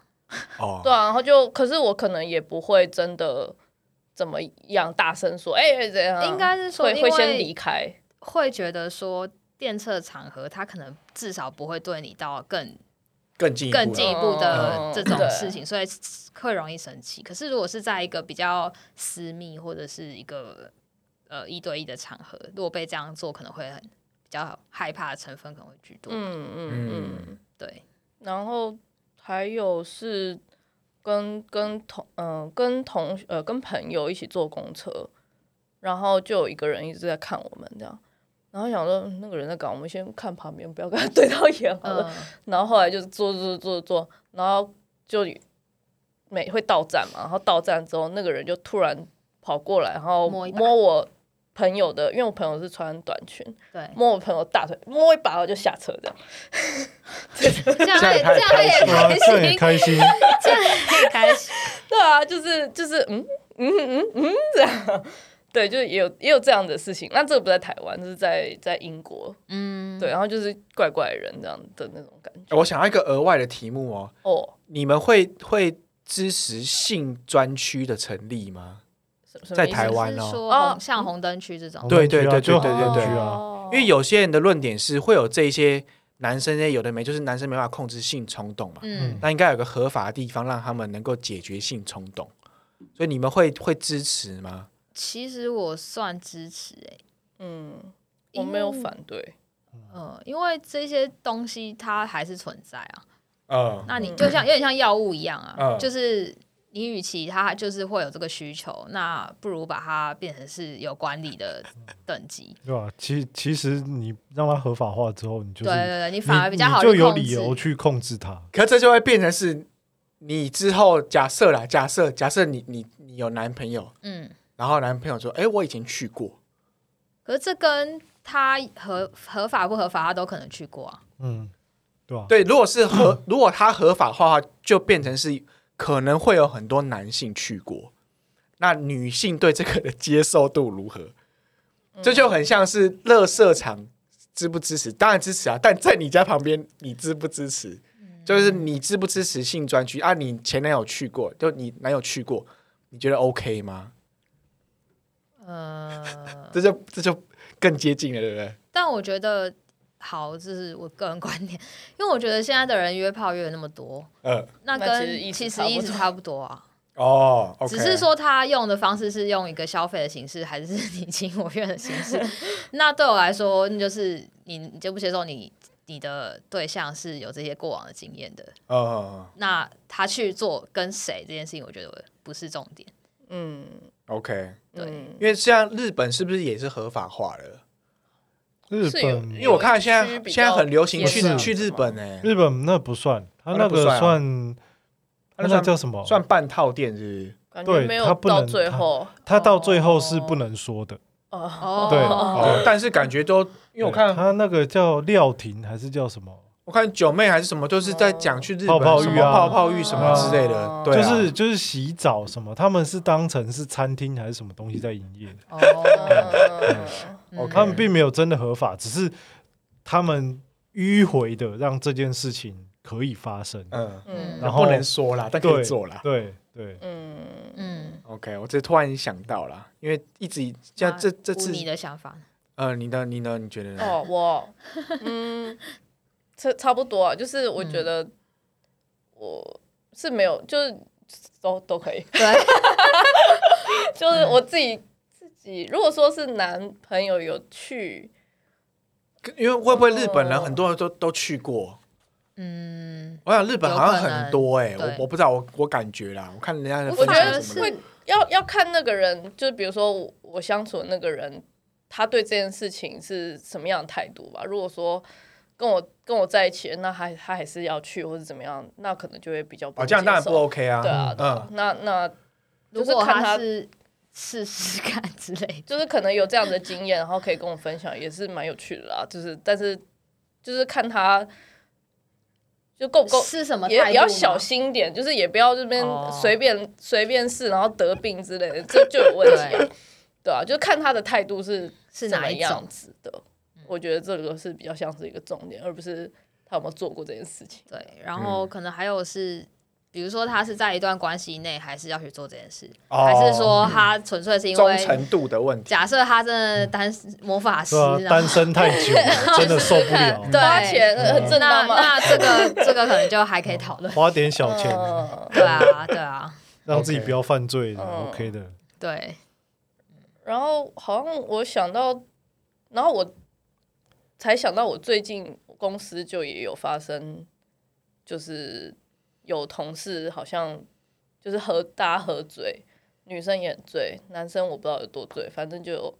[SPEAKER 4] 哦，
[SPEAKER 5] 对啊，然后就可是我可能也不会真的怎么样大声说，哎、怎样？
[SPEAKER 2] 应该是说，
[SPEAKER 5] 会
[SPEAKER 2] 因
[SPEAKER 5] 会先
[SPEAKER 2] 为
[SPEAKER 5] 离开。
[SPEAKER 2] 会觉得说电车场合，他可能至少不会对你到更
[SPEAKER 4] 更进一步了，
[SPEAKER 2] 更进一步的这种
[SPEAKER 5] 嗯
[SPEAKER 2] 事情，所以会容易生气。可是如果是在一个比较私密或者是一个呃一对一的场合，如果被这样做，可能会很嗯比较害怕的成分可能会居多。
[SPEAKER 5] 嗯嗯嗯嗯。
[SPEAKER 4] 嗯
[SPEAKER 2] 对，
[SPEAKER 5] 然后还有是跟跟同嗯、跟同呃跟朋友一起坐公车，然后就有一个人一直在看我们这样，然后想说嗯那个人在搞，我们先看旁边，不要跟他对到眼好了。
[SPEAKER 2] 嗯，
[SPEAKER 5] 然后后来就是坐坐坐坐，然后就每会到站嘛，然后到站之后，那个人就突然跑过来，然后
[SPEAKER 2] 摸一把
[SPEAKER 5] 摸我朋友的，因为我朋友是穿短裙，
[SPEAKER 2] 对，
[SPEAKER 5] 摸我朋友大腿，摸一把我就下车这样。
[SPEAKER 4] 这
[SPEAKER 2] 这样他也这
[SPEAKER 4] 样
[SPEAKER 2] 样
[SPEAKER 4] 他
[SPEAKER 2] 他
[SPEAKER 4] 也
[SPEAKER 2] 也
[SPEAKER 3] 哇，
[SPEAKER 2] 开
[SPEAKER 3] 这样也
[SPEAKER 2] 心，
[SPEAKER 3] 开心，
[SPEAKER 2] 这样也开心，
[SPEAKER 5] [laughs] 对啊，就是就是嗯嗯嗯嗯这样，对，就是也有也有这样的事情。那这个不在台湾，就是在在英国，
[SPEAKER 2] 嗯，
[SPEAKER 5] 对，然后就是怪怪人这样的那种感觉。
[SPEAKER 4] 哎我想要一个额外的题目哦，
[SPEAKER 5] 哦，
[SPEAKER 4] 你们会会支持性专区的成立吗？
[SPEAKER 5] 什什么
[SPEAKER 4] 在
[SPEAKER 5] 意思
[SPEAKER 4] 台湾
[SPEAKER 2] 是
[SPEAKER 4] 哦
[SPEAKER 2] 说
[SPEAKER 5] 哦
[SPEAKER 2] 红像红灯区这种，
[SPEAKER 4] 对对对对
[SPEAKER 3] 就
[SPEAKER 4] 对对对
[SPEAKER 3] 红灯区啊，
[SPEAKER 5] 哦
[SPEAKER 4] 因为有些人的论点是会有这一些男生呢，有的没，就是男生没办法控制性冲动嘛。
[SPEAKER 2] 嗯，
[SPEAKER 4] 那应该有个合法的地方让他们能够解决性冲动，所以你们会会支持吗？
[SPEAKER 2] 其实我算支持哎、
[SPEAKER 5] 嗯，
[SPEAKER 2] 因
[SPEAKER 5] 我
[SPEAKER 2] 为
[SPEAKER 5] 没有反对。
[SPEAKER 2] 嗯，因为这些东西它还是存在啊。
[SPEAKER 4] 嗯
[SPEAKER 2] 那你
[SPEAKER 5] 嗯
[SPEAKER 2] 就像有点像药物一样啊，
[SPEAKER 4] 嗯
[SPEAKER 2] 就是你与其它就是会有这个需求，那不如把它变成是有管理的等级。
[SPEAKER 3] 对吧？其其实你让它合法化之后，你就
[SPEAKER 2] 对对
[SPEAKER 3] 是
[SPEAKER 2] 对，你
[SPEAKER 3] 你
[SPEAKER 2] 反而比较好
[SPEAKER 3] 你就
[SPEAKER 2] 去
[SPEAKER 3] 有
[SPEAKER 2] 控
[SPEAKER 3] 理由
[SPEAKER 2] 制。
[SPEAKER 3] 去控制它。
[SPEAKER 4] 可这就会变成是你之后假设啦，假设假设你你你有男朋友，
[SPEAKER 2] 嗯，
[SPEAKER 4] 然后男朋友说：“哎，我以前去过。
[SPEAKER 2] 可是这跟他合合法不合法，他都可能去过啊。
[SPEAKER 3] 嗯，对吧”？
[SPEAKER 4] 对，如果是合，如果他合法化，就变成是可能会有很多男性去过。那女性对这个的接受度如何？这就很像是乐色场支不支持？当然支持啊，但在你家旁边，你支不支持？
[SPEAKER 2] 嗯
[SPEAKER 4] 就是你支不支持性专区啊？你前男友去过，就你男友去过，你觉得 OK 吗？ [laughs]
[SPEAKER 2] 呃，
[SPEAKER 4] 这就这就更接近了，对不对？
[SPEAKER 2] 但我觉得好，这是我个人观点，因为我觉得现在的人约炮约的那么多，
[SPEAKER 4] 嗯，
[SPEAKER 2] 那
[SPEAKER 5] 那
[SPEAKER 2] 跟
[SPEAKER 5] 其
[SPEAKER 2] 其
[SPEAKER 5] 实
[SPEAKER 2] 实
[SPEAKER 5] 意
[SPEAKER 2] 意
[SPEAKER 5] 思
[SPEAKER 2] 思
[SPEAKER 5] 差
[SPEAKER 2] 差不
[SPEAKER 5] [laughs]
[SPEAKER 2] 多啊。
[SPEAKER 4] 哦，OK，
[SPEAKER 2] 只是说他用的方式是用一个消费的形式，还是你情我愿的形
[SPEAKER 5] [laughs]
[SPEAKER 2] 式？那对我来说，那就是你你接不接受你你的对象是有这些过往的经验的，
[SPEAKER 4] 嗯，嗯
[SPEAKER 2] 那他去做跟谁这件事情，我觉得不是重点。
[SPEAKER 5] 嗯，
[SPEAKER 4] 嗯，OK，
[SPEAKER 2] 对
[SPEAKER 5] 嗯
[SPEAKER 4] 因为像日本是不是也是合法化了？
[SPEAKER 3] 日
[SPEAKER 5] 是有
[SPEAKER 3] 本
[SPEAKER 4] 因为我看现在
[SPEAKER 5] 有一区比较啊
[SPEAKER 4] 现在很流行去
[SPEAKER 3] 严重
[SPEAKER 4] 去日本欸呢、
[SPEAKER 3] 日本那不算，它
[SPEAKER 4] 哦
[SPEAKER 3] 那
[SPEAKER 4] 那不算
[SPEAKER 3] 个
[SPEAKER 4] 啊
[SPEAKER 3] 算，它
[SPEAKER 4] 那算
[SPEAKER 3] 那叫什么？
[SPEAKER 4] 算半套店是不是？
[SPEAKER 5] 感觉
[SPEAKER 3] 对
[SPEAKER 5] 没有
[SPEAKER 3] 他不能
[SPEAKER 5] 到最后，
[SPEAKER 3] 它到最后是不能说的。
[SPEAKER 5] [laughs] 哦
[SPEAKER 3] 对
[SPEAKER 5] 哦
[SPEAKER 4] 哦，但是感觉都，因为我看
[SPEAKER 3] 它那个叫料亭还是叫什么？
[SPEAKER 4] 我看九妹还是什么，都是在讲去日本
[SPEAKER 3] 泡泡浴啊
[SPEAKER 4] 什么泡泡浴什么之类的
[SPEAKER 5] 哦，
[SPEAKER 4] 对啊
[SPEAKER 3] 就是就是洗澡什么，他们是当成是餐厅还是什么东西在营业的，
[SPEAKER 5] [laughs]
[SPEAKER 2] 哦，
[SPEAKER 4] 嗯 OK
[SPEAKER 3] 他们并没有真的合法，只是他们迂回的让这件事情可以发生。
[SPEAKER 4] 嗯，
[SPEAKER 5] 嗯
[SPEAKER 3] 然后
[SPEAKER 4] 不能说啦，但 [laughs] 可以做啦。
[SPEAKER 3] 对对，
[SPEAKER 5] 嗯
[SPEAKER 2] 嗯，
[SPEAKER 4] OK，我这突然想到啦，因为一直像这这
[SPEAKER 2] 不
[SPEAKER 5] 啊
[SPEAKER 4] 次
[SPEAKER 2] 你的
[SPEAKER 5] [laughs]
[SPEAKER 2] 想法呢，
[SPEAKER 4] 呃，你呢你呢？你觉得呢？
[SPEAKER 5] 哦，我嗯，差差不多啊，就是我
[SPEAKER 4] 嗯
[SPEAKER 5] 觉得我是没有，就是都都可以， [laughs]
[SPEAKER 2] 对，
[SPEAKER 5] 就是我自己自己，如果说是男朋友有去，
[SPEAKER 4] 因为会不会日本人
[SPEAKER 5] 哦
[SPEAKER 4] 很多人都都去过？
[SPEAKER 2] 嗯，
[SPEAKER 4] 我想日本好像
[SPEAKER 2] 有可能
[SPEAKER 4] 很多哎，
[SPEAKER 2] 对
[SPEAKER 4] 我我不知道，我我感觉啦，我看人家的
[SPEAKER 5] 我
[SPEAKER 4] 分
[SPEAKER 5] 觉
[SPEAKER 2] 反
[SPEAKER 5] 得
[SPEAKER 2] 而
[SPEAKER 4] 享
[SPEAKER 2] 是
[SPEAKER 4] 什么的，
[SPEAKER 5] 会要要看那个人，就是比如说我我相处的那个人，他对这件事情是什么样的态度吧。如果说跟我跟我在一起，那他他还是要去或者怎么样，那可能就会比较不
[SPEAKER 4] 哦，
[SPEAKER 5] 能
[SPEAKER 4] 这样当然
[SPEAKER 5] 接
[SPEAKER 4] 不
[SPEAKER 5] 受
[SPEAKER 4] OK 啊，
[SPEAKER 5] 对啊，对啊
[SPEAKER 4] 嗯，
[SPEAKER 5] 那那就
[SPEAKER 2] 如
[SPEAKER 5] 是
[SPEAKER 2] 果
[SPEAKER 5] 看他
[SPEAKER 2] 他是试试看之类的，
[SPEAKER 5] 就是可能有这样的经验，然后可以跟我分享，也是蛮有趣的啦。就是但是就是看他就够不够。
[SPEAKER 2] 是什么
[SPEAKER 5] 也
[SPEAKER 2] 态
[SPEAKER 5] 也要
[SPEAKER 2] 度吗
[SPEAKER 5] 小心一点，就是也不要这边
[SPEAKER 2] 哦
[SPEAKER 5] 随便随便试，然后得病之类的，这就有问题啊。对啊，就看他的态度是
[SPEAKER 2] 是
[SPEAKER 5] 怎么
[SPEAKER 2] 哪一
[SPEAKER 5] 样
[SPEAKER 2] 种？
[SPEAKER 5] 子的。
[SPEAKER 2] 嗯
[SPEAKER 5] 我觉得这个是比较像是一个重点，而不是他有没有做过这件事情。
[SPEAKER 2] 对，啊然后
[SPEAKER 5] 嗯
[SPEAKER 2] 可能还有是，比如说他是在一段关系内，还是要去做这件事，
[SPEAKER 4] 哦
[SPEAKER 2] 还是说他纯粹是因
[SPEAKER 4] 忠
[SPEAKER 2] 为
[SPEAKER 4] 诚度的问题。
[SPEAKER 2] 假设他真的单魔法师，
[SPEAKER 3] 对啊，
[SPEAKER 2] 然
[SPEAKER 3] 单
[SPEAKER 2] 后
[SPEAKER 3] 身太久了，真的受不了，。
[SPEAKER 2] [laughs] 对
[SPEAKER 5] 花钱呃很正
[SPEAKER 2] 那
[SPEAKER 5] 当吗？
[SPEAKER 2] 那这个这个可能就还可以讨
[SPEAKER 5] [laughs]
[SPEAKER 2] 论
[SPEAKER 3] 花点小钱
[SPEAKER 5] 嗯
[SPEAKER 2] 对啊，对啊，
[SPEAKER 3] 让自己不要犯罪的
[SPEAKER 5] OK
[SPEAKER 3] ，OK 的。
[SPEAKER 2] 对，
[SPEAKER 5] 然后好像我想到，然后我才想到，我最近公司就也有发生，就是有同事好像就是喝大家喝醉，女生也很醉，男生我不知道有多醉，反正就有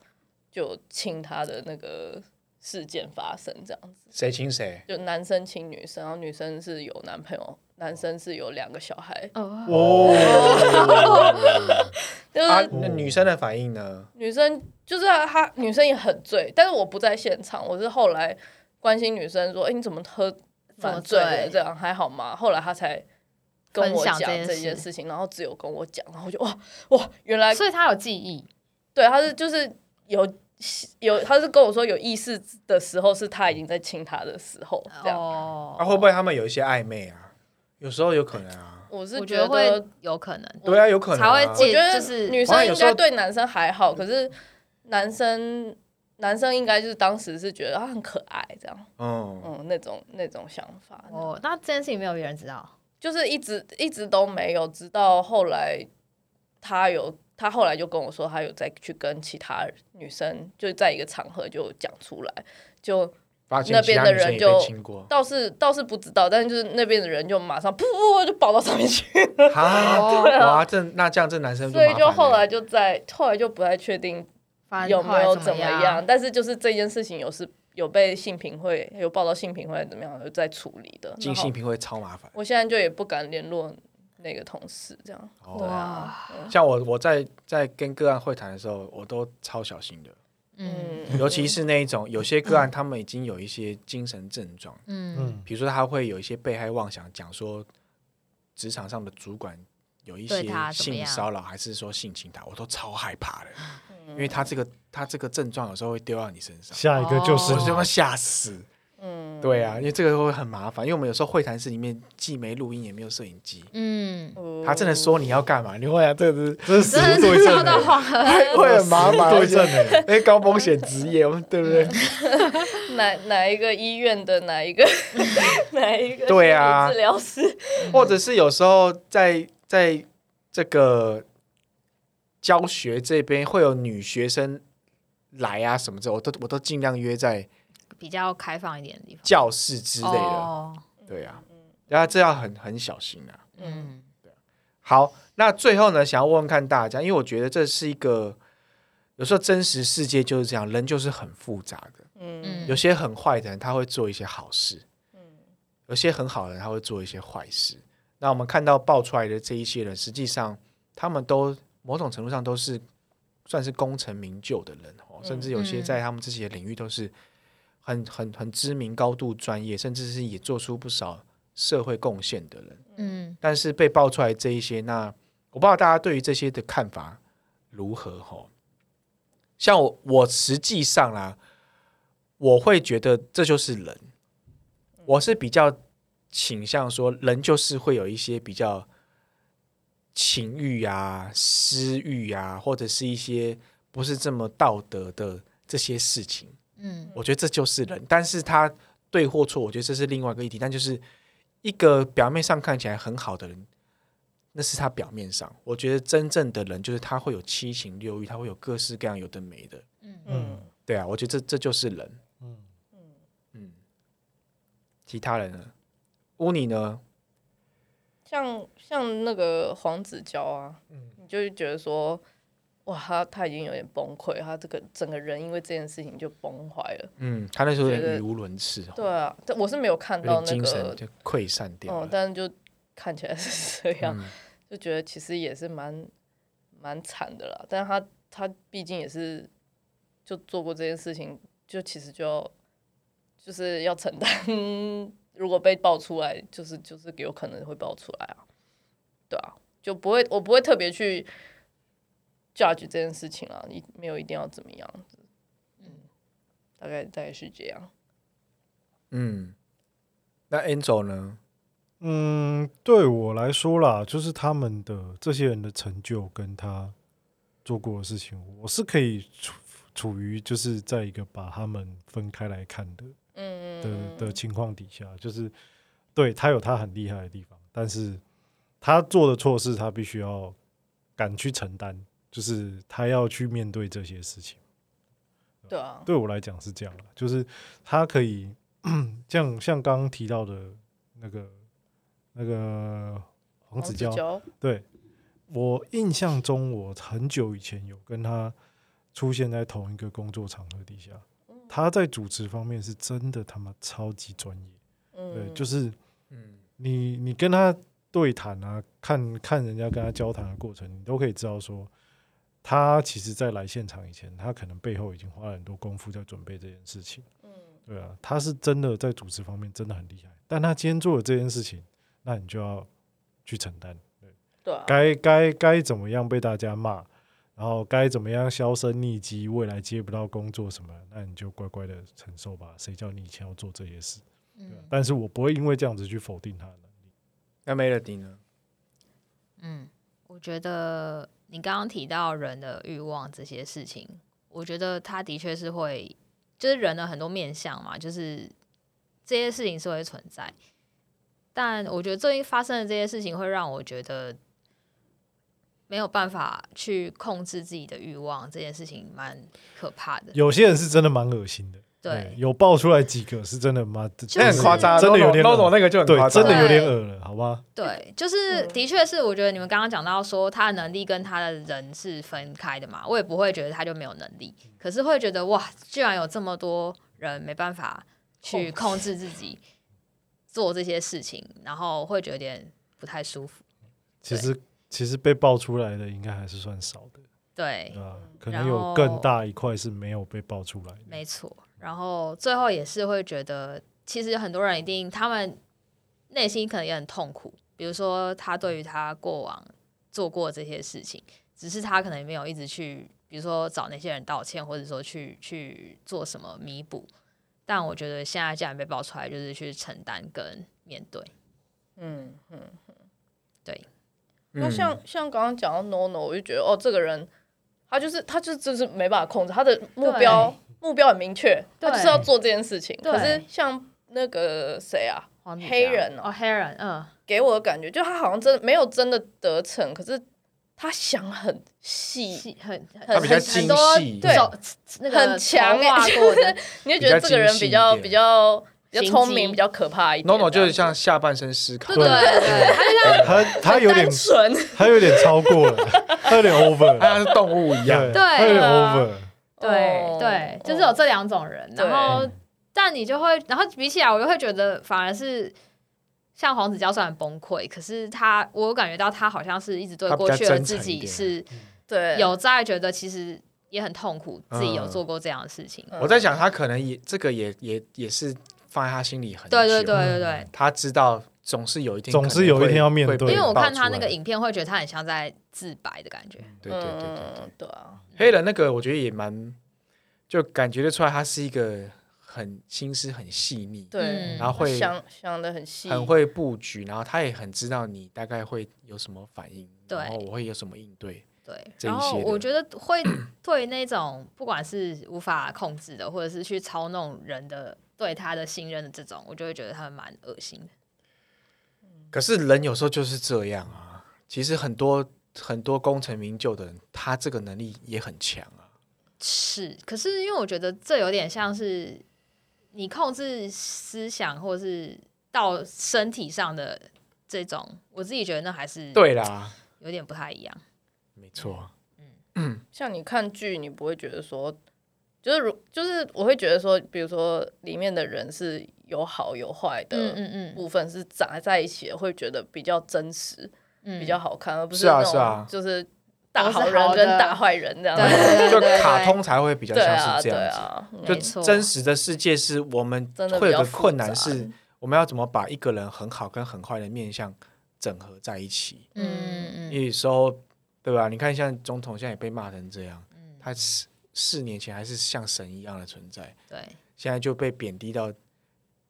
[SPEAKER 5] 就有亲他的那个事件发生这样子，
[SPEAKER 4] 谁亲谁？
[SPEAKER 5] 就男生亲女生，然后女生是有男朋友，男生是有两个小孩，
[SPEAKER 2] 哦，
[SPEAKER 5] [laughs]
[SPEAKER 3] 哦，
[SPEAKER 5] 就是
[SPEAKER 4] 啊，那女生的反应呢？
[SPEAKER 5] 女生就是她，女生也很醉，但是我不在现场，我是后来关心女生说：“哎、你怎么喝
[SPEAKER 2] 怎么
[SPEAKER 5] 蛮醉的
[SPEAKER 2] 醉？
[SPEAKER 5] 这样还好吗？”后来她才跟我
[SPEAKER 2] 分享
[SPEAKER 5] 讲
[SPEAKER 2] 这件事
[SPEAKER 5] 这件事情，然后只有跟我讲，然后我就哇哇，原来
[SPEAKER 2] 所以他有记忆，
[SPEAKER 5] 对她是就是有有，她是跟我说有意识的时候是她已经在亲她的时候这样，
[SPEAKER 4] 啊，
[SPEAKER 2] 哦，
[SPEAKER 4] 会不会他们有一些暧昧啊？有时候有可能啊。
[SPEAKER 5] 我是
[SPEAKER 2] 我
[SPEAKER 5] 觉
[SPEAKER 2] 觉得会
[SPEAKER 5] 得。
[SPEAKER 2] 有可能，
[SPEAKER 4] 对啊，有可能啊
[SPEAKER 2] 才会
[SPEAKER 5] 我
[SPEAKER 2] 借
[SPEAKER 5] 觉得
[SPEAKER 2] 就是
[SPEAKER 5] 女
[SPEAKER 4] 好
[SPEAKER 5] 生
[SPEAKER 4] 像有
[SPEAKER 5] 应
[SPEAKER 4] 时候
[SPEAKER 5] 该对男生还好，可是男生男生应该就是当时是觉得他很可爱这样，
[SPEAKER 4] 嗯，
[SPEAKER 5] 嗯，那种那种想法，
[SPEAKER 2] 哦，那这件事情没有别人知道，
[SPEAKER 5] 就是一直一直都没有，直到后来他有，他后来就跟我说，他有再去跟其他女生，就在一个场合就讲出来，就
[SPEAKER 4] 发现
[SPEAKER 5] 那
[SPEAKER 4] 其
[SPEAKER 5] 边
[SPEAKER 4] 他
[SPEAKER 5] 的
[SPEAKER 4] 女生
[SPEAKER 5] 人
[SPEAKER 4] 也
[SPEAKER 5] 就
[SPEAKER 4] 被亲
[SPEAKER 5] [laughs]，
[SPEAKER 4] 过啊
[SPEAKER 5] 倒是倒是不知道，但是就是那边的人就马上噗噗噗就跑到上面去，
[SPEAKER 4] 哈，
[SPEAKER 5] 对啊
[SPEAKER 4] 哇，这那这样这男生
[SPEAKER 5] 所以就
[SPEAKER 4] 麻烦
[SPEAKER 5] 后
[SPEAKER 4] 了
[SPEAKER 5] 来就在后来就不太确定
[SPEAKER 2] 发
[SPEAKER 5] 有没有怎
[SPEAKER 2] 么
[SPEAKER 5] 么样？？但是就是这件事情有是有被性评会有报到性评会怎么样有在处理的。
[SPEAKER 4] 进
[SPEAKER 5] 然后
[SPEAKER 4] 性评会超麻烦。
[SPEAKER 5] 我现在就也不敢联络那个同事，这样。
[SPEAKER 4] 哦
[SPEAKER 5] 对啊，
[SPEAKER 4] 像我我在在跟个案会谈的时候，我都超小心的，
[SPEAKER 2] 嗯
[SPEAKER 4] 尤其是那一种有些个案，他们已经有一些精神症状，
[SPEAKER 2] 嗯，
[SPEAKER 3] 嗯，
[SPEAKER 4] 比如说他会有一些被害妄想，讲说职场上的主管有一些
[SPEAKER 2] 对他怎么
[SPEAKER 4] 性
[SPEAKER 2] 样
[SPEAKER 4] 骚扰还是说性侵他，我都超害怕的，
[SPEAKER 5] 嗯
[SPEAKER 4] 因为他这个他这个症状有时候会丢到你身上，
[SPEAKER 3] 下一个就是
[SPEAKER 4] 我
[SPEAKER 3] [laughs]
[SPEAKER 2] 哦
[SPEAKER 4] 就要吓死。
[SPEAKER 5] 嗯，
[SPEAKER 4] 对啊，因为这个会很麻烦，因为我们有时候会谈室里面既没录音也没有摄影机，
[SPEAKER 2] 嗯，
[SPEAKER 5] 哦
[SPEAKER 4] 他真的说你要干嘛，你会啊，这个是
[SPEAKER 3] 这是死
[SPEAKER 2] 真 [laughs]
[SPEAKER 3] 无
[SPEAKER 2] 的
[SPEAKER 3] 对
[SPEAKER 2] 是
[SPEAKER 3] 证
[SPEAKER 2] 遭到
[SPEAKER 3] 欸，
[SPEAKER 2] 黄河，
[SPEAKER 4] 会很麻烦，
[SPEAKER 3] 对症欸
[SPEAKER 4] 哎，那高风险职业，我们对不对？
[SPEAKER 5] 哪哪一个医院的哪一个 [laughs] 哪一个
[SPEAKER 4] 对啊
[SPEAKER 5] 心理治疗师？
[SPEAKER 4] 或者是有时候在在这个教学这边会有女学生来啊什么的，我都我都尽量约在
[SPEAKER 2] 比较开放一点的地方
[SPEAKER 4] 教室之类的，
[SPEAKER 2] 哦
[SPEAKER 4] 对啊，然后这要很很小心啊。
[SPEAKER 5] 嗯，
[SPEAKER 2] 嗯，
[SPEAKER 4] 好，那最后呢，想要问问看大家，因为我觉得这是一个有时候真实世界就是这样，人就是很复杂的，
[SPEAKER 5] 嗯
[SPEAKER 4] 有些很坏的人他会做一些好事，
[SPEAKER 5] 嗯
[SPEAKER 4] 有些很好的人他会做一些坏事。那我们看到爆出来的这一些人，实际上他们都某种程度上都是算是功成名就的人哦，
[SPEAKER 5] 嗯
[SPEAKER 4] 甚至有些
[SPEAKER 2] 嗯
[SPEAKER 4] 在他们自己的领域都是很很很知名、高度专业，甚至是也做出不少社会贡献的人。
[SPEAKER 2] 嗯，
[SPEAKER 4] 但是被爆出来这一些，那我不知道大家对于这些的看法如何哈。像我，我实际上啦，我会觉得这就是人，我是比较倾向说，人就是会有一些比较情欲啊、私欲啊，或者是一些不是这么道德的这些事情。
[SPEAKER 2] 嗯
[SPEAKER 4] 我觉得这就是人，但是他对或错，我觉得这是另外一个议题。但就是一个表面上看起来很好的人，那是他表面上。我觉得真正的人就是他会有七情六欲，他会有各式各样有的没的。
[SPEAKER 2] 嗯，
[SPEAKER 5] 嗯
[SPEAKER 3] 嗯
[SPEAKER 4] 对啊，我觉得这这就是人。
[SPEAKER 3] 嗯，
[SPEAKER 5] 嗯，
[SPEAKER 4] 嗯，其他人呢？乌尼呢？
[SPEAKER 5] 像像那个黄子佼啊，你就会觉得说，哇，他他已经有点崩溃，他这个整个人因为这件事情就崩坏了。
[SPEAKER 4] 嗯，他那时候有
[SPEAKER 5] 觉
[SPEAKER 4] 点
[SPEAKER 5] 得
[SPEAKER 4] 语无伦次哦，
[SPEAKER 5] 对啊，但我是没有看
[SPEAKER 4] 有
[SPEAKER 5] 到
[SPEAKER 4] 点
[SPEAKER 5] 那
[SPEAKER 4] 精神
[SPEAKER 5] 个，
[SPEAKER 4] 就溃散掉
[SPEAKER 5] 哦、
[SPEAKER 4] 了。
[SPEAKER 5] 但是就看起来是 [laughs] 这样，
[SPEAKER 4] 嗯
[SPEAKER 5] 就觉得其实也是蛮蛮惨的啦。但是他他毕竟也是就做过这件事情，就其实就要就是要承担， [laughs] 如果被爆出来，就是就是有可能会爆出来啊，对啊，就不会我不会特别去 judge 这件事情啊，你没有一定要怎么样子，嗯，大概大概是这样，
[SPEAKER 4] 嗯，那 Angel 呢？
[SPEAKER 3] 嗯，对我来说啦，就是他们的这些人的成就跟他做过的事情，我是可以处处于就是在一个把他们分开来看的
[SPEAKER 5] 嗯
[SPEAKER 3] 的的情况底下，就是对他有他很厉害的地方，但是他做的错事，他必须要敢去承担，就是他要去面对这些事情。
[SPEAKER 5] 对啊，
[SPEAKER 3] 对我来讲是这样啦， [clears throat] 就是他可以像像刚刚提到的那个那个黄子佼，
[SPEAKER 5] 佼
[SPEAKER 3] 对我印象中，我很久以前有跟他出现在同一个工作场合底下，他在主持方面是真的他妈超级专业，对，
[SPEAKER 5] 嗯，
[SPEAKER 3] 就是
[SPEAKER 4] 嗯，
[SPEAKER 3] 你你跟他对谈啊，看看人家跟他交谈的过程，你都可以知道说，他其实在来现场以前，他可能背后已经花了很多功夫在准备这件事情。
[SPEAKER 5] 嗯
[SPEAKER 3] 对啊，他是真的在主持方面真的很厉害，但他今天做了这件事情，那你就要去承担，
[SPEAKER 5] 对啊，
[SPEAKER 3] 该该该怎么样被大家骂，然后该怎么样销声匿迹，未来接不到工作什么，那你就乖乖的承受吧，谁叫你以前要做这些事？对啊
[SPEAKER 2] 嗯
[SPEAKER 3] 但是我不会因为这样子去否定他的能力。
[SPEAKER 4] 那 Melody 呢？
[SPEAKER 2] 嗯，我觉得你刚刚提到人的欲望这些事情，我觉得他的确是会，就是人的很多面相嘛，就是这些事情是会存在。但我觉得最近发生的这些事情，会让我觉得没有办法去控制自己的欲望，这件事情蛮可怕的。
[SPEAKER 3] 有些人是真的蛮恶心的，
[SPEAKER 2] 对
[SPEAKER 3] 有爆出来几个是真的妈，
[SPEAKER 2] 就
[SPEAKER 4] 那
[SPEAKER 2] 是
[SPEAKER 4] 很夸张啊，
[SPEAKER 3] 真的有点恶
[SPEAKER 4] Nono 那个就很夸张
[SPEAKER 3] 对，真
[SPEAKER 4] 啊，
[SPEAKER 3] 的有点恶了，好吧？
[SPEAKER 2] 对，就是
[SPEAKER 5] 嗯
[SPEAKER 2] 的确是，我觉得你们刚刚讲到说他的能力跟他的人是分开的嘛，我也不会觉得他就没有能力，可是会觉得哇，居然有这么多人没办法去控制自己做这些事情，然后会觉得有点不太舒服。
[SPEAKER 3] 其实其实被爆出来的应该还是算少的。
[SPEAKER 2] 对，
[SPEAKER 3] 对啊，可
[SPEAKER 2] 然
[SPEAKER 3] 能有
[SPEAKER 2] 后
[SPEAKER 3] 更大一块是没有被爆出来的。
[SPEAKER 2] 没错。然后最后也是会觉得，其实很多人一定他们内心可能也很痛苦，比如说他对于他过往做过这些事情，只是他可能没有一直去，比如说找那些人道歉，或者说去去做什么弥补。但我觉得现在既然被爆出来，就是去承担跟面对。
[SPEAKER 5] 嗯
[SPEAKER 4] 嗯
[SPEAKER 5] 嗯。啊那像像刚刚讲到 NONO，我就觉得哦，这个人他就是他就是就是没办法控制他的目标，目标很明确，他
[SPEAKER 2] 对
[SPEAKER 5] 就是要做这件事情。
[SPEAKER 2] 对
[SPEAKER 5] 可是像那个谁啊，
[SPEAKER 2] 黄子
[SPEAKER 5] 黑
[SPEAKER 2] 佼
[SPEAKER 5] 人哦
[SPEAKER 2] 哦，黑人，嗯，
[SPEAKER 5] 给我的感觉就他好像真的没有真的得逞，可是他想很细，
[SPEAKER 2] 细很
[SPEAKER 5] 他
[SPEAKER 2] 很
[SPEAKER 5] 比较
[SPEAKER 2] 很
[SPEAKER 4] 精
[SPEAKER 2] 很多
[SPEAKER 4] 细
[SPEAKER 5] 对
[SPEAKER 2] 手那个
[SPEAKER 5] 很强
[SPEAKER 2] 头画
[SPEAKER 5] 欸
[SPEAKER 2] 过的
[SPEAKER 5] 你就觉得这个人比较
[SPEAKER 4] 比
[SPEAKER 5] 比较比
[SPEAKER 2] 较
[SPEAKER 5] 较
[SPEAKER 2] 心机一点
[SPEAKER 5] 聪明，比较可怕一点。
[SPEAKER 4] Nono 就是
[SPEAKER 5] 这样
[SPEAKER 4] 像下半身思考
[SPEAKER 2] 对，对对，他就像
[SPEAKER 3] 他他有点
[SPEAKER 5] 单纯，
[SPEAKER 3] 他有点超过了，他有点 over
[SPEAKER 4] 他 [laughs]
[SPEAKER 3] 了，
[SPEAKER 4] 像是动物一样
[SPEAKER 3] 对，。
[SPEAKER 2] 对
[SPEAKER 3] 他有点
[SPEAKER 5] 对啊
[SPEAKER 3] over 了。
[SPEAKER 2] 对
[SPEAKER 5] 哦
[SPEAKER 2] 对，就是
[SPEAKER 5] 哦
[SPEAKER 2] 有这两种人，
[SPEAKER 5] 对
[SPEAKER 2] 然后但你就会，然后比起来，我就会觉得反而是像黄子佼虽然崩溃，可是他我有感觉到他好像是一直对
[SPEAKER 4] 他比
[SPEAKER 2] 过
[SPEAKER 4] 较
[SPEAKER 2] 去的
[SPEAKER 4] 真
[SPEAKER 2] 自
[SPEAKER 4] 诚一
[SPEAKER 2] 己
[SPEAKER 4] 点
[SPEAKER 2] 是
[SPEAKER 5] 对，
[SPEAKER 2] 有在觉得其实也很痛苦，自己有
[SPEAKER 4] 嗯
[SPEAKER 2] 做过这样的事情。
[SPEAKER 5] 嗯
[SPEAKER 4] 我在想，他可能也这个也也也是放在他心里很久，
[SPEAKER 2] 对对对对对，
[SPEAKER 4] 他知道总是有一天可能会，
[SPEAKER 3] 总是有一天要面
[SPEAKER 4] 会
[SPEAKER 3] 对
[SPEAKER 2] 因为我看
[SPEAKER 4] 爆出来
[SPEAKER 2] 他那个影片，会觉得他很像在自白的感觉。
[SPEAKER 4] 对对对对对
[SPEAKER 5] 嗯对啊，
[SPEAKER 4] 黑人那个，我觉得也蛮，就感觉得出来，他是一个很心思很细腻，
[SPEAKER 5] 对，
[SPEAKER 2] 嗯
[SPEAKER 4] 然后会
[SPEAKER 5] 想想的很细，
[SPEAKER 4] 很会布局，然后他也很知道你大概会有什么反应，
[SPEAKER 2] 对
[SPEAKER 4] 然后我会有什么应对，
[SPEAKER 2] 对，
[SPEAKER 4] 这一
[SPEAKER 2] 然后
[SPEAKER 4] 些的
[SPEAKER 2] 我觉得会 [clears throat] 对那种不管是无法控制的，或者是去操弄人的对他的信任的这种，我就会觉得他们蛮恶心的。
[SPEAKER 4] 可是人有时候就是这样啊，其实很多很多功成名就的人，他这个能力也很强啊，
[SPEAKER 2] 是，可是因为我觉得这有点像是你控制思想，或是到身体上的这种，我自己觉得那还是
[SPEAKER 4] 对啦，
[SPEAKER 2] 有点不太一样。
[SPEAKER 4] 没错，
[SPEAKER 5] 像你看剧，你不会觉得说，就是如就是我会觉得说，比如说里面的人是有好有坏
[SPEAKER 2] 嗯
[SPEAKER 5] 的
[SPEAKER 2] 嗯嗯
[SPEAKER 5] 部分是杂在一起的，会觉得比较真实，
[SPEAKER 2] 嗯，
[SPEAKER 5] 比较好看，而不
[SPEAKER 4] 是啊
[SPEAKER 5] 那
[SPEAKER 4] 是啊
[SPEAKER 5] 种就是大
[SPEAKER 2] 都是
[SPEAKER 5] 好
[SPEAKER 2] 好
[SPEAKER 5] 人跟
[SPEAKER 2] 的
[SPEAKER 5] 大坏人这样
[SPEAKER 2] 对。对
[SPEAKER 4] 就
[SPEAKER 2] 对对
[SPEAKER 4] 卡通才会比较
[SPEAKER 5] 对
[SPEAKER 4] 像
[SPEAKER 5] 啊，
[SPEAKER 4] 是这
[SPEAKER 5] 对
[SPEAKER 4] 样子。
[SPEAKER 5] 啊，嗯
[SPEAKER 2] 没
[SPEAKER 4] 就
[SPEAKER 2] 错
[SPEAKER 4] 真实的世界是我们
[SPEAKER 5] 真的
[SPEAKER 4] 会
[SPEAKER 5] 比
[SPEAKER 4] 有
[SPEAKER 5] 较
[SPEAKER 4] 个
[SPEAKER 5] 复
[SPEAKER 4] 困难
[SPEAKER 5] 杂
[SPEAKER 4] 是，我们要怎么把一个人很好跟很坏的面相整合在一起？
[SPEAKER 2] 嗯嗯嗯
[SPEAKER 4] 有时候，对吧？你看，像总统现在也被骂成这样，
[SPEAKER 2] 嗯，
[SPEAKER 4] 他四四年前还是像神一样的存在，
[SPEAKER 2] 对，
[SPEAKER 4] 现在就被贬低到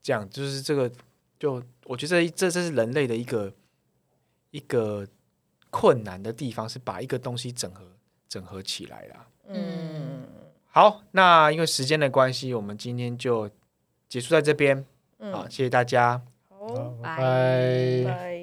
[SPEAKER 4] 这样，就是这个，就我觉得这这是人类的一个一个困难的地方，是把一个东西整合整合起来啦。
[SPEAKER 5] 嗯
[SPEAKER 4] 好，那因为时间的关系，我们今天就结束在这边。好，
[SPEAKER 5] 嗯，
[SPEAKER 4] 谢谢大家。
[SPEAKER 5] 好，
[SPEAKER 3] 拜
[SPEAKER 2] 拜
[SPEAKER 3] 拜。
[SPEAKER 4] 哎
[SPEAKER 5] 拜。